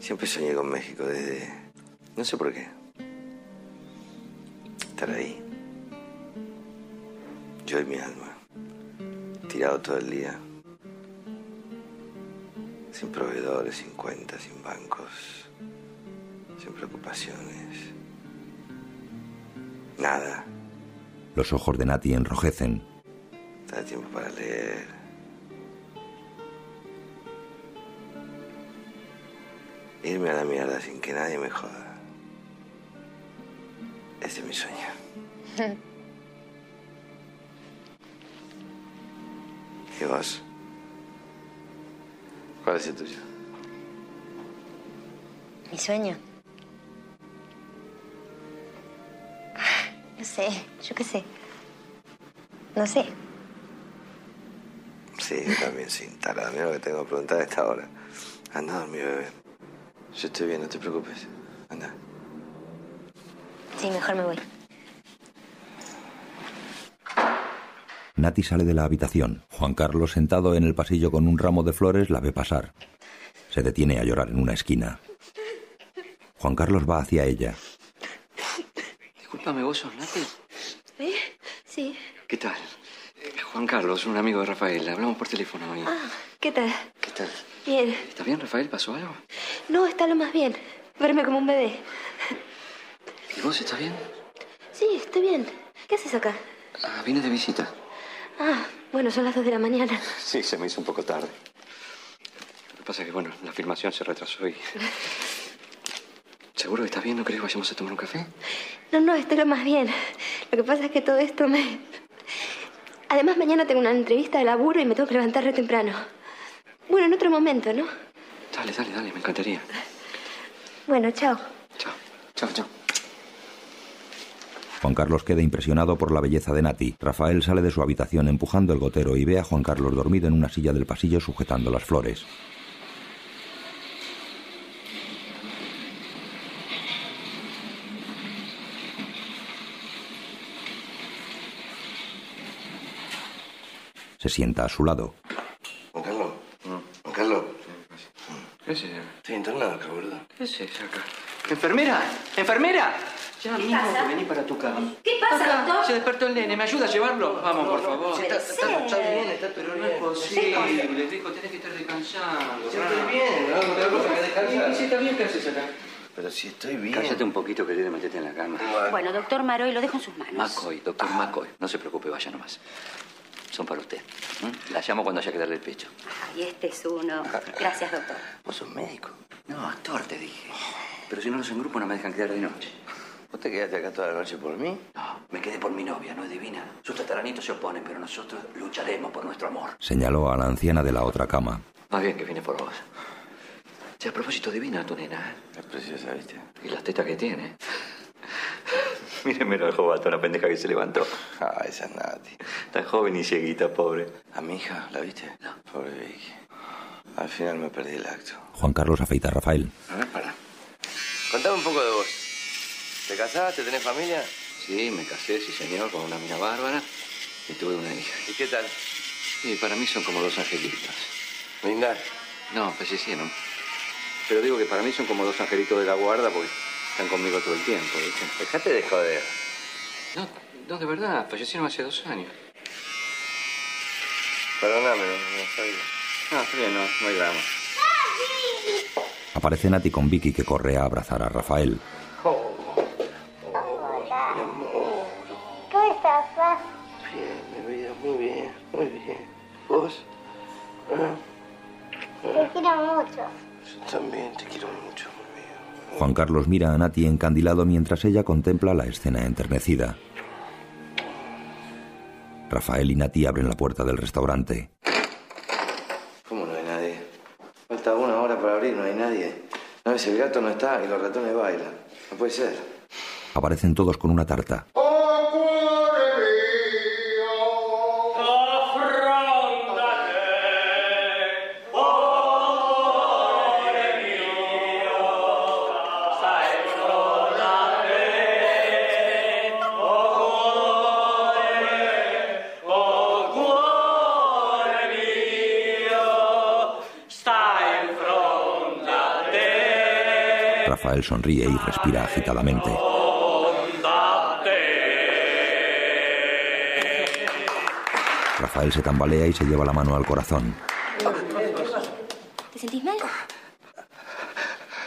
Siempre soñé con México desde... No sé por qué. Estar ahí. Yo y mi alma. Tirado todo el día. Sin proveedores, sin cuentas, sin bancos. Sin preocupaciones. Nada.
Los ojos de Nati enrojecen.
Te da tiempo para leer. Irme a la mierda sin que nadie me joda. Ese es mi sueño. ¿Y vos? ¿Cuál es el tuyo?
¿Mi sueño? No sé, yo qué sé. No sé.
Sí, yo también sin tarada. Mira lo que tengo que preguntar a esta hora. Anda a dormir, bebé. Yo estoy bien, no te preocupes. Anda.
Sí, mejor me voy.
Nati sale de la habitación. Juan Carlos, sentado en el pasillo con un ramo de flores, la ve pasar. Se detiene a llorar en una esquina. Juan Carlos va hacia ella.
Discúlpame, vos sos Nati.
¿Eh? Sí.
¿Qué tal? Eh, Juan Carlos, un amigo de Rafael. Hablamos por teléfono hoy.
Ah, ¿qué tal?
¿Qué tal?
Bien.
¿Está bien, Rafael? ¿Pasó algo?
No, está lo más bien. Verme como un bebé.
¿Y vos estás bien?
Sí, estoy bien. ¿Qué haces acá?
Ah, vine de visita.
Ah, bueno, son las dos de la mañana.
Sí, se me hizo un poco tarde. Lo que pasa es que, bueno, la filmación se retrasó y... ¿Seguro que estás bien? ¿No crees que vayamos a tomar un café?
No, no, estoy lo más bien. Lo que pasa es que todo esto me... Además, mañana tengo una entrevista de laburo y me tengo que levantar re temprano. Bueno, en otro momento, ¿no?
Dale, dale, dale, me encantaría.
Bueno, chao.
Chao, chao.
Juan Carlos queda impresionado por la belleza de Nati. Rafael sale de su habitación empujando el gotero y ve a Juan Carlos dormido en una silla del pasillo sujetando las flores. Se sienta a su lado.
Juan Carlos. Juan Carlos.
¿Qué es eso?
Mm. Estoy internado acá, boludo.
¿Qué es eso acá? ¿Enfermera? ¿Enfermera? Ya mismo
pasa?
que vení para tu cama.
¿Qué pasa,
Acá,
doctor?
Se despertó el nene. ¿Me ayuda a llevarlo? Vamos, por favor.
Está, está, está bien, está, pero no es posible. Rico, tenés que estar descansando. Yo estoy bien,
Ah,
no hago otra cosa que descansar.
Sí, está bien, ¿qué haces acá?
Pero si estoy bien.
Cállate un poquito, querido, y metete en la cama.
Bueno, doctor Maroy, lo dejo en sus manos.
McCoy, doctor McCoy. No se preocupe, vaya nomás. Son para usted. ¿Mm? La llamo cuando haya que darle el pecho.
Y este es uno. Gracias, doctor.
¿Vos sos médico? No, actor, te dije. Pero si no los engrupo no me dejan quedar de noche.
¿Vos te quedaste acá toda la noche por mí?
No, me quedé por mi novia, no es divina. Sus tataranitos se oponen, pero nosotros lucharemos por nuestro amor.
Señaló a la anciana de la otra cama.
Más bien que vine por vos. Sí, a propósito, divina tu nena. ¿eh?
Es preciosa, ¿viste?
Y las tetas que tiene. Míreme la jovato, la pendeja que se levantó.
Ah, esa es Nati.
Tan joven y cieguita, pobre.
¿A mi hija? ¿La viste? No. Pobre Vicky. Al final me perdí el acto.
Juan Carlos afeita a Rafael.
A ver, para. Contame un poco de vos. ¿Te casaste? ¿Tenés familia?
Sí, me casé, sí señor, con una mina bárbara. Y tuve una hija.
¿Y qué tal?
Sí, para mí son como dos angelitos.
¿Linda?
No, fallecieron.
Pero digo que para mí son como dos angelitos de la guarda porque están conmigo todo el tiempo, ¿viste? Dejate de joder.
No, no, de verdad, fallecieron hace dos años.
Perdóname, no, está bien. No, está bien, no, no hay drama.
Aparece Nati con Vicky que corre a abrazar a Rafael.
Oh,
¿Cómo estás, papá?
Bien, mi vida, muy bien, muy bien. ¿Vos? Ah,
Te quiero mucho.
Yo también te quiero mucho.
Juan Carlos mira a Nati encandilado mientras ella contempla la escena enternecida. Rafael y Nati abren la puerta del restaurante.
¿Cómo no hay nadie?
Falta una hora para abrir, no hay nadie. No ves, el gato no está y los ratones bailan. No puede ser.
Aparecen todos con una tarta. Rafael sonríe y respira agitadamente. Rafael se tambalea y se lleva la mano al corazón.
¿Te sentís mal?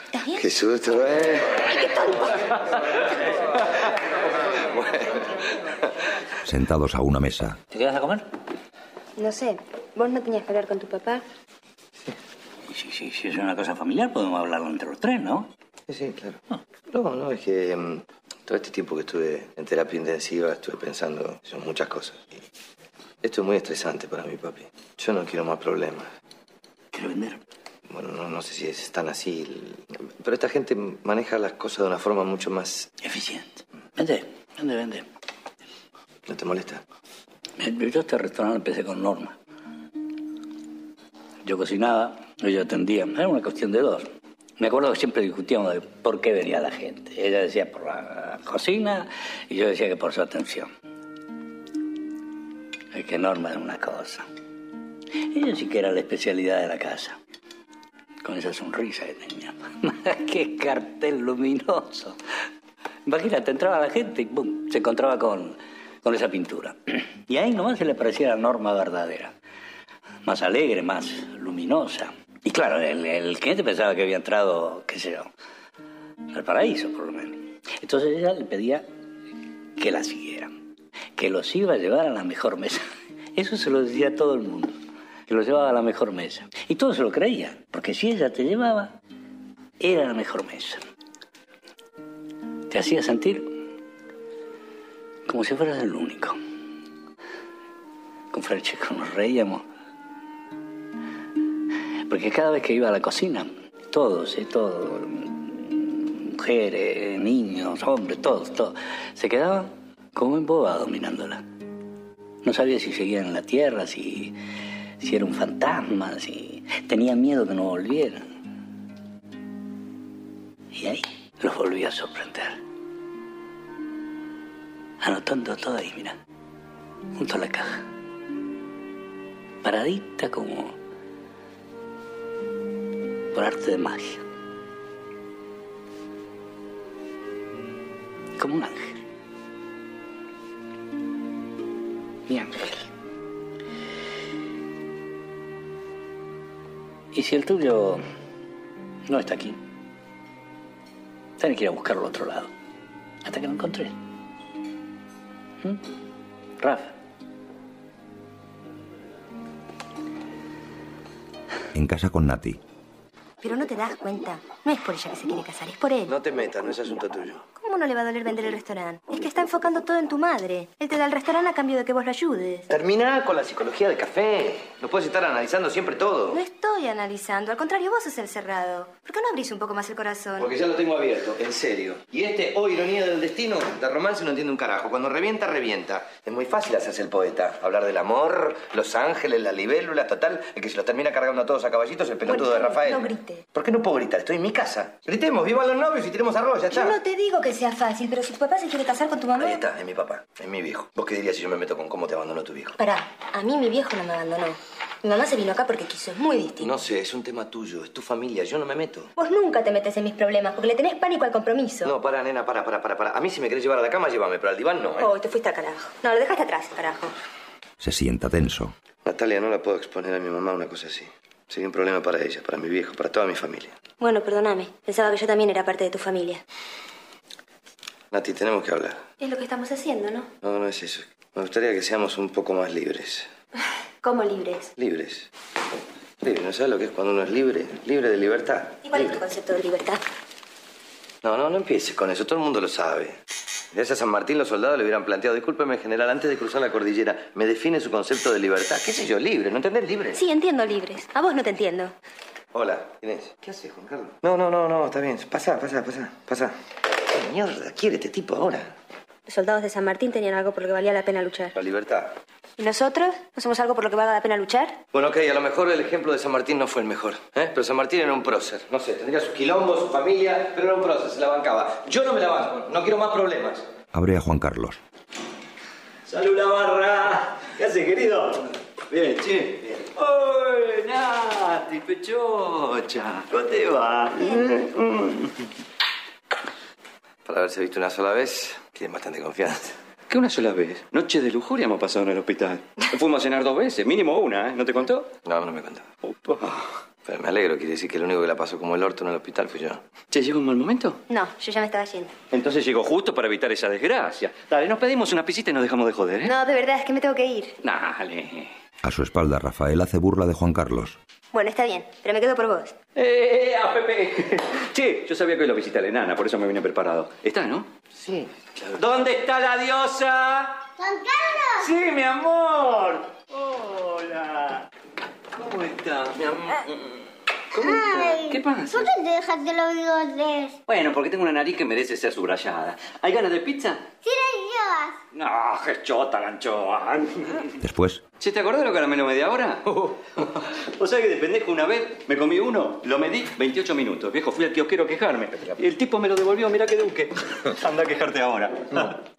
¿Estás bien?
Qué susto, ¿eh?
Sentados a una mesa,
¿Te quedas a comer?
No sé, vos no tenías que hablar con tu papá.
Si, si, si es una cosa familiar, podemos hablarlo entre los tres, ¿no?
Sí, sí, claro.
Ah.
No, no,
Es que mm, todo este tiempo que estuve en terapia intensiva estuve pensando en muchas cosas. Y Esto es muy estresante para mí, papi. Yo no quiero más problemas.
¿Quiero vender?
Bueno, no, no sé si es tan así. el- Pero esta gente maneja las cosas de una forma mucho más...
Eficiente. Vende, vende, vende.
¿No te molesta?
Eh, Yo este restaurante empecé con Norma. Yo cocinaba, ella atendía. Era una cuestión de dos. Me acuerdo que siempre discutíamos de por qué venía la gente. Ella decía por la cocina y yo decía que por su atención. Es que Norma era una cosa. Ella sí que era la especialidad de la casa. Con esa sonrisa que tenía. ¡Qué cartel luminoso! Imagínate, entraba la gente y ¡pum! se encontraba con, con esa pintura. Y ahí nomás se le parecía la norma verdadera. Más alegre, más luminosa. Y claro, el, el cliente pensaba que había entrado, qué sé yo, al paraíso, por lo menos. Entonces ella le pedía que la siguiera, que los iba a llevar a la mejor mesa. Eso se lo decía a todo el mundo, que los llevaba a la mejor mesa. Y todos se lo creían, porque si ella te llevaba, era la mejor mesa. Te hacía sentir como si fueras el único. Con Francesco nos reíamos. Porque cada vez que iba a la cocina, todos, ¿eh? todos, mujeres, niños, hombres, todos, todos, se quedaban como embobados mirándola. No sabía si seguía en la tierra, si, si era un fantasma, si tenía miedo que no volviera. Y ahí los volví a sorprender. Anotando todo ahí, mira, junto a la caja. Paradita como por arte de magia. Como un ángel. Mi ángel. Y si el tuyo no está aquí, tenés que ir a buscarlo al otro lado. Hasta que lo encontré. ¿Mm? Rafa.
en casa con Nati.
Pero no te das cuenta. No es por ella que se quiere casar, es por él.
No te metas, no es asunto tuyo.
¿Cómo no le va a doler vender el restaurante? Es que está enfocando todo en tu madre. Él te da el restaurante a cambio de que vos lo ayudes.
Termina con la psicología del café. No puedes estar analizando siempre todo.
No estoy analizando, al contrario, vos sos el cerrado. ¿Por qué no abrís un poco más el corazón?
Porque ya lo tengo abierto, en serio. Y este, oh ironía del destino, de romance no entiende un carajo. Cuando revienta, revienta. Es muy fácil hacerse el poeta. Hablar del amor, los ángeles, la libélula, total. El que se lo termina cargando a todos a caballitos es el pelotudo
Bueno,
de Rafael.
No grite.
¿Por qué no puedo gritar? Estoy en mi casa. Gritemos, vivan los novios y tenemos arroz, ya
Yo
está.
no te digo que sea fácil, pero si tu papá se quiere casar con tu mamá...
Ahí está, es mi papá, es mi viejo. ¿Vos qué dirías si yo me meto con cómo te abandonó tu viejo?
Pará, a mí mi viejo no me abandonó. Mi mamá se vino acá porque quiso, es muy distinto.
No sé, es un tema tuyo, es tu familia, yo no me meto.
Vos nunca te metes en mis problemas porque le tenés pánico al compromiso.
No, para, nena, para, para, para, para. A mí si me querés llevar a la cama, llévame, pero al diván no, ¿eh?
Oh, te fuiste a carajo. No, lo dejaste atrás, carajo.
Se sienta tenso.
Natalia, no la puedo exponer a mi mamá a una cosa así. Sería un problema para ella, para mi viejo, para toda mi familia.
Bueno, perdóname. Pensaba que yo también era parte de tu familia.
Nati, tenemos que hablar.
Es lo que estamos haciendo, ¿no?
No, no es eso. Me gustaría que seamos un poco más libres.
Como libres.
Libres. Libre, ¿no sabes lo que es cuando uno es libre? Libre de libertad.
¿Y cuál es tu concepto de libertad?
No, no, no empieces con eso, todo el mundo lo sabe. Gracias a San Martín los soldados le hubieran planteado, discúlpeme general, antes de cruzar la cordillera, ¿me define su concepto de libertad? ¿Qué sé yo, libre? ¿No entendés libre?
Sí, entiendo libres. A vos no te entiendo.
Hola, ¿quién es? ¿Qué haces, Juan Carlos? No, no, no, no, está bien. Pasa, pasa, pasa, pasa. ¿Qué mierda quiere este tipo ahora?
Los soldados de San Martín tenían algo por lo que valía la pena luchar.
La libertad.
¿Y nosotros? ¿No somos algo por lo que valga la pena luchar?
Bueno, ok, a lo mejor el ejemplo de San Martín no fue el mejor, ¿eh? Pero San Martín era un prócer. No sé, tendría sus quilombos, su familia, pero era un prócer, se la bancaba. Yo no me la banco, no quiero más problemas.
Abre a Juan Carlos.
¡Salud la barra! ¿Qué haces, querido?
Bien, che. Bien.
¡Uy, Nati, pechocha! ¿Cómo te va?
Para haberse visto una sola vez, tienen bastante confianza.
¿Qué una sola vez? Noche de lujuria hemos pasado en el hospital. Fuimos a cenar dos veces, mínimo una, ¿eh? ¿No te contó?
No, no me contó. Pero me alegro, quiere decir que el único que la pasó como el orto en el hospital fui yo.
¿Che, llegó un mal momento?
No, yo ya me estaba yendo.
Entonces llegó justo para evitar esa desgracia. Dale, nos pedimos una pisita y nos dejamos de joder, ¿eh?
No, de verdad, es que me tengo que ir.
Dale.
A su espalda, Rafael hace burla de Juan Carlos.
Bueno, está bien, pero me quedo por vos.
¡Eh, eh, eh, ah, Pepe! Che, yo sabía que hoy lo visita la enana, por eso me vine preparado. ¿Está, no?
Sí, claro.
¿Dónde está la diosa?
¡Juan Carlos!
Sí, mi amor. Hola. ¿Cómo estás, mi amor?
Ah.
¿Cómo está? ¿Qué pasa?
¿Por qué te dejaste los bigotes?
Bueno, porque tengo una nariz que merece ser subrayada. ¿Hay ganas de pizza?
¡Sí, las llevas!
No, qué chota la anchoa.
Después,
¿Che, te acordás de los caramelos media hora? O sea que de pendejo una vez me comí uno, lo medí 28 minutos. Viejo, fui al kiosquero a quejarme. Y el tipo me lo devolvió, mirá qué duque. Anda a quejarte ahora.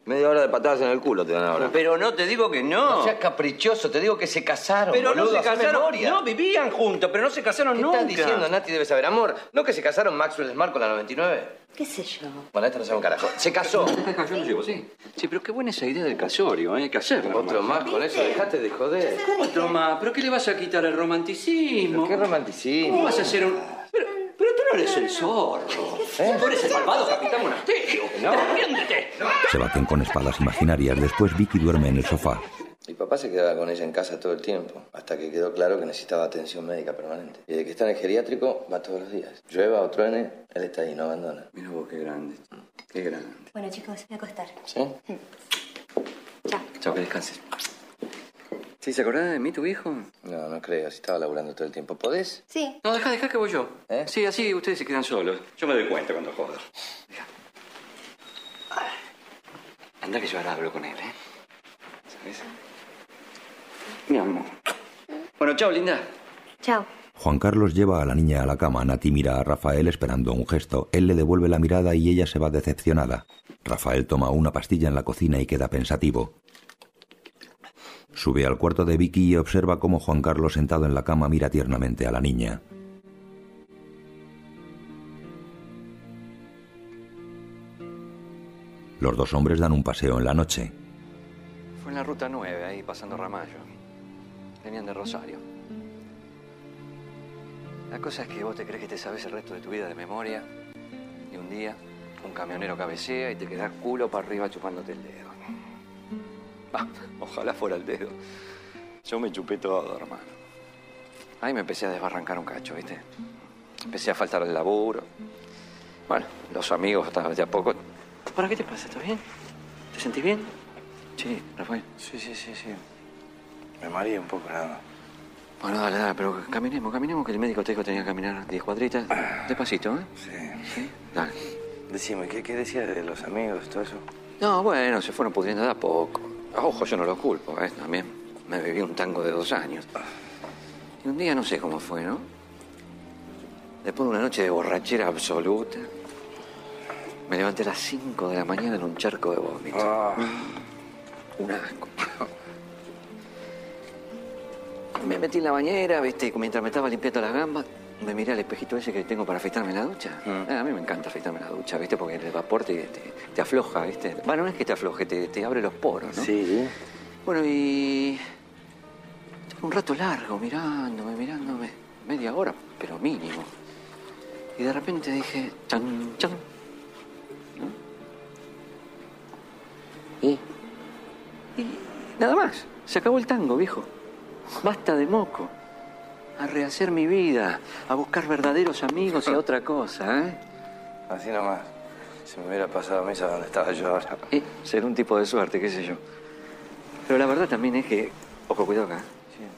Media hora de patadas en el culo te dan ahora.
Pero no te digo que no.
No seas caprichoso, te digo que se casaron,
Pero no
boludo,
se
hacé
casaron.
memoria.
No, vivían juntos, pero no se casaron
¿Qué
nunca.
estás diciendo, Nati? Debe saber, amor. ¿No que se casaron Maxwell Smart con la 99?
¿Qué sé yo?
Bueno, esto no sabe un carajo. Se casó.
Yo lo llevo, sí. Sí, pero qué buena esa idea del casorio, ¿eh? Hay que hacerlo.
Otro más con eso, dejate de joder.
Otro más. ¿Pero qué le vas a quitar el romanticismo?
¿Qué
¿Cómo
romanticismo?
vas a hacer un...? Pero, pero tú no eres el zorro.
¿Eh?
Tú eres el malvado capitán monasterio. No. ¡Defiéndete!
se baten con espadas imaginarias. Después, Vicky duerme en el sofá.
Mi papá se quedaba con ella en casa todo el tiempo, hasta que quedó claro que necesitaba atención médica permanente. Y desde que está en el geriátrico, va todos los días. Llueva o truene, él está ahí, no abandona.
Mira vos qué grande. Qué grande.
Bueno, chicos, voy a acostar.
¿Sí?
Chao, que descanses. ¿Sí se acordaba de mí tu viejo?
No, no creo, si estaba laburando todo el tiempo. ¿Podés?
Sí.
No, deja, deja que voy yo.
¿Eh?
Sí, así ustedes se quedan solos. Yo me doy cuenta cuando jodo. Deja. Ah. Anda que yo ahora hablo con él, ¿eh? ¿Sabes? Mi amor. Bueno, chao, linda.
Chao.
Juan Carlos lleva a la niña a la cama. Nati mira a Rafael esperando un gesto. Él le devuelve la mirada y ella se va decepcionada. Rafael toma una pastilla en la cocina y queda pensativo. Sube al cuarto de Vicky y observa cómo Juan Carlos sentado en la cama mira tiernamente a la niña. Los dos hombres dan un paseo en la noche.
Fue en la ruta 9, ahí pasando Ramallo. Venían de Rosario. La cosa es que vos te crees que te sabes el resto de tu vida de memoria y un día un camionero cabecea y te quedas culo para arriba chupándote el dedo. Va, ojalá fuera el dedo. Yo me chupé todo, hermano. Ahí me empecé a desbarrancar un cacho, ¿viste? Empecé a faltar al laburo. Bueno, los amigos hasta de a poco. ¿Para qué te pasa? ¿Estás bien? ¿Te sentís bien? Sí, Rafael.
Sí, sí, sí, sí. Me mareé un poco, nada. más.
Bueno, dale, dale, pero caminemos, caminemos, que el médico te dijo que tenía que caminar 10 cuadritas. Despacito, ¿eh?
Sí.
Dale.
Decime, ¿qué, qué decías de los amigos, todo eso?
No, bueno, se fueron pudriendo de a poco. Ojo, yo no los culpo, ¿eh? También me bebí un tango de dos años. Y un día no sé cómo fue, ¿no? Después de una noche de borrachera absoluta, Me levanté a las 5 de la mañana en un charco de vómito. un asco. Me metí en la bañera, viste, y mientras me estaba limpiando las gambas, me miré al espejito ese que tengo para afeitarme la ducha. Eh, a mí me encanta afeitarme la ducha, viste, porque el vapor te, te- te afloja, viste. Bueno, no es que te afloje, te, te abre los poros, ¿no? Sí. Bueno, y. Estuve un rato largo mirándome, mirándome. Media hora, pero mínimo. Y de repente dije, chan, chan. ¿No? ¿Y? Nada más. Se acabó el tango, viejo. Basta de moco. A rehacer mi vida, a buscar verdaderos amigos y a otra cosa, ¿eh?
Así nomás. Si me hubiera pasado a mí, ¿sabes dónde estaba yo ahora?
Eh, Ser un tipo de suerte, qué sé yo. Pero la verdad también es que, ojo, cuidado acá,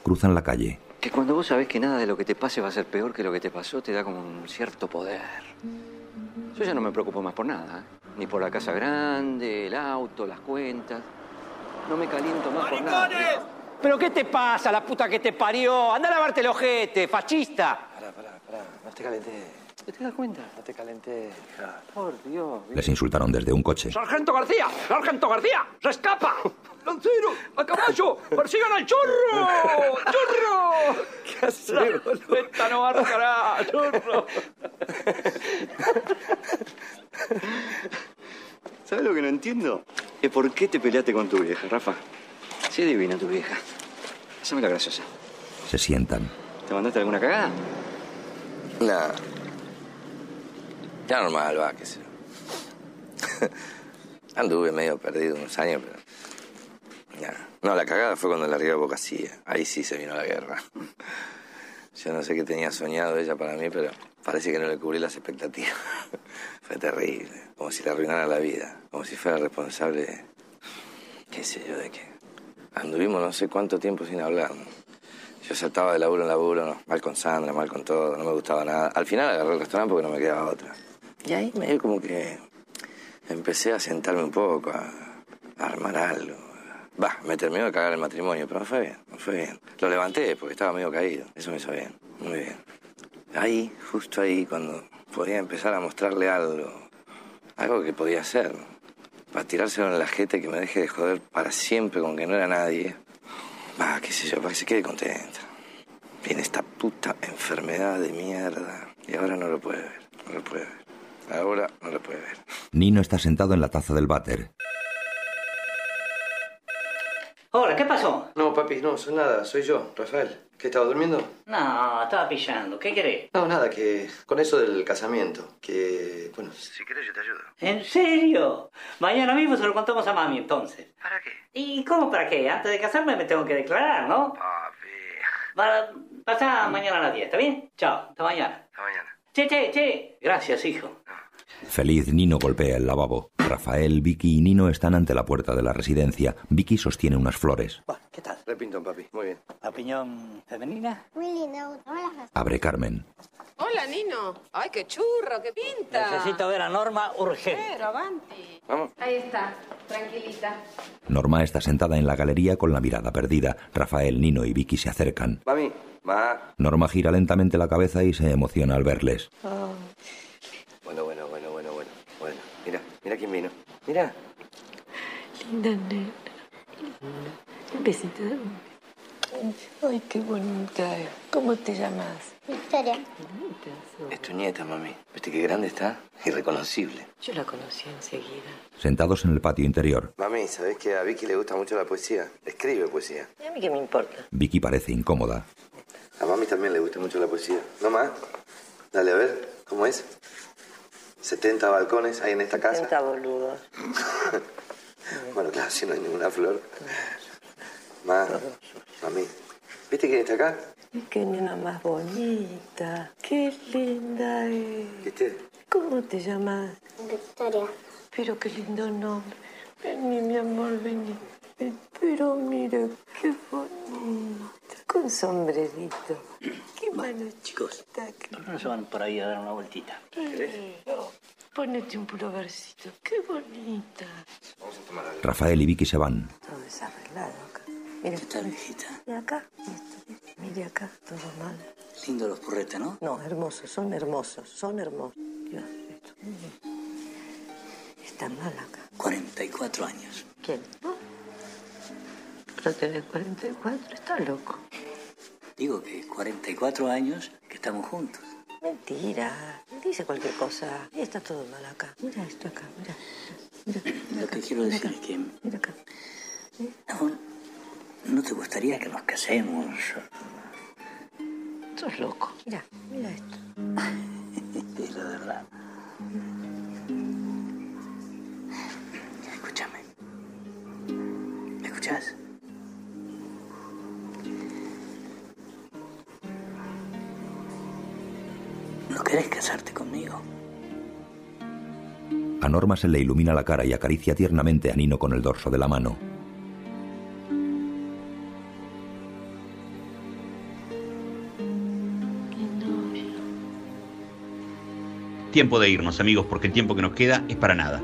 Cruzan la calle.
que cuando vos sabés que nada de lo que te pase va a ser peor que lo que te pasó, te da como un cierto poder. Yo ya no me preocupo más por nada, ¿eh? ni por la casa grande, el auto, las cuentas. No me caliento más por nada.
¿Pero qué te pasa, la puta que te parió? Anda a lavarte el ojete, fascista.
Pará, pará, pará. No te calenté.
¿Te das cuenta?
No te calenté.
Por Dios.
Les insultaron desde un coche.
¡Sargento García! ¡Sargento García! ¡Se escapa! ¡Lancero! ¡A caballo! ¡Persigan al chorro! ¡Chorro! ¿Qué haces? ¡Esta no arcará! ¡Chorro!
¿Sabes lo que no entiendo? Es por qué te peleaste con tu vieja, Rafa.
Sí, divina tu vieja. Haceme la graciosa.
Se sientan.
¿Te mandaste alguna cagada?
Nah. Ya normal, va, qué sé yo. Anduve medio perdido unos años, pero. Nah. No, la cagada fue cuando la arriba boca Silla. Ahí sí se vino la guerra. Yo no sé qué tenía soñado ella para mí, pero parece que no le cubrí las expectativas. fue terrible. Como si le arruinara la vida. Como si fuera responsable. qué sé yo de qué. Anduvimos no sé cuánto tiempo sin hablar. Yo saltaba de laburo en laburo, no, mal con Sandra, mal con todo, no me gustaba nada. Al final agarré el restaurante porque no me quedaba otra. Y ahí medio como que empecé a sentarme un poco, a, a armar algo. Va, me terminó de cagar el matrimonio, pero me fue bien, me fue bien. Lo levanté porque estaba medio caído, eso me hizo bien, muy bien. Ahí, justo ahí, cuando podía empezar a mostrarle algo, algo que podía hacer, para tirárselo en la jeta y que me deje de joder para siempre con que no era nadie. Va, qué sé yo, para que se quede contenta. Viene esta puta enfermedad de mierda. Y ahora no lo puede ver, no lo puede ver. Ahora no lo puede ver.
Nino está sentado en la taza del váter.
Hola, ¿qué pasó?
No, papi, no, soy nada, soy yo, Rafael. ¿Qué estaba durmiendo?
No, estaba pillando. ¿Qué querés?
No, nada, que con eso del casamiento, que. Bueno, si querés yo te ayudo.
¿En serio? Mañana mismo se lo contamos a mami, entonces.
¿Para qué?
¿Y cómo para qué? Antes de casarme me tengo que declarar, ¿no? Papi. pasá mañana a las 10, ¿está bien? Chao, hasta mañana. Hasta mañana. Che, che, che. Gracias, hijo.
Feliz, Nino golpea el lavabo. Rafael, Vicky y Nino están ante la puerta de la residencia. Vicky sostiene unas flores.
¿Qué tal? Repinton, papi, muy bien.
¿Opinión femenina?
Muy lindo. Hola.
Abre Carmen.
Hola, Nino. Ay, qué churro, qué pinta.
Necesito ver a Norma urgente.
Pero, avanti.
Vamos.
Ahí está, tranquilita.
Norma está sentada en la galería con la mirada perdida. Rafael, Nino y Vicky se acercan.
Mami, ma.
Norma gira lentamente la cabeza y se emociona al verles.
Bueno, bueno, bueno, bueno, bueno. Bueno, mira, mira quién vino. Mira.
Linda nena. Un besito. Ay, qué bonita. es. ¿Cómo te llamas?
Victoria.
Es tu nieta, mami. ¿Viste qué grande está? Irreconocible.
Yo la conocí enseguida.
Sentados en el patio interior,
Mami, ¿sabés que a Vicky le gusta mucho la poesía? Escribe poesía.
¿Y a mí qué me importa?
Vicky parece incómoda.
A mami también le gusta mucho la poesía. ¿No más? Dale, a ver, ¿cómo es? 70 balcones hay en esta casa.
Tanta boludo.
Bueno, claro, si no hay ninguna flor. Ma, mami, ¿viste quién está acá?
Ay, qué nena más bonita. Qué linda es.
¿Viste?
¿Cómo te llamas?
Victoria.
Pero qué lindo nombre. Vení, mi amor, vení. Ven, Pero mira, qué bonita. Con sombrerito. Qué mano
Chicos.
chiquita.
No se van por ahí a dar una vueltita.
No, Ponete un pulovercito. Qué bonita.
Rafael y Vicky se van.
Todo desarreglado acá. Mira esta viejita. Mira acá. Mira acá, todo mal.
Lindo los purretes, ¿no?
No, hermosos, son hermosos, son hermosos. Dios, esto. está mal acá.
44 años.
¿Quién? ¿Vos? No tenés 44, está loco.
Digo que 44 años que estamos juntos.
Mentira. Dice cualquier cosa. Y está todo mal acá. Mira esto acá, mira.
Lo que quiero decir es que... No, no te gustaría que nos casemos.
Sos loco. Mira, mira esto.
Es la verdad. Escúchame. ¿Me escuchás? ¿No querés casarte conmigo?
A Norma se le ilumina la cara y acaricia tiernamente a Nino con el dorso de la mano.
Tiempo de irnos, amigos, porque el tiempo que nos queda es para nada.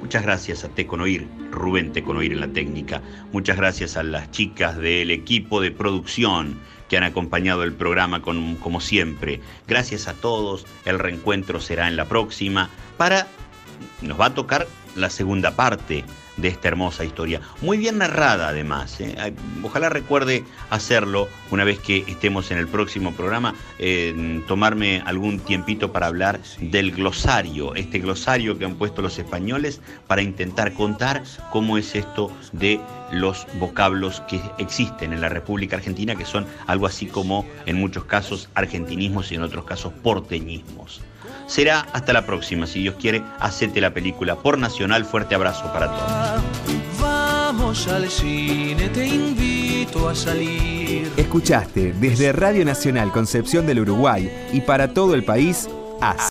Muchas gracias a Teconoir, Rubén Teconoir en la técnica. Muchas gracias a las chicas del equipo de producción que han acompañado el programa con- como siempre. Gracias a todos. El reencuentro será en la próxima para nos va a tocar la segunda parte de esta hermosa historia. Muy bien narrada además. ¿eh? Ay, Ojalá recuerde hacerlo una vez que estemos en el próximo programa, eh, tomarme algún tiempito para hablar del glosario, este glosario que han puesto los españoles para intentar contar cómo es esto de los vocablos que existen en la República Argentina, que son algo así como en muchos casos argentinismos y en otros casos porteñismos. Será hasta la próxima, si Dios quiere, hacete la película por Nacional. Fuerte abrazo para todos.
Vamos al cine, te invito a salir.
Escuchaste desde Radio Nacional Concepción del Uruguay y para todo el país, a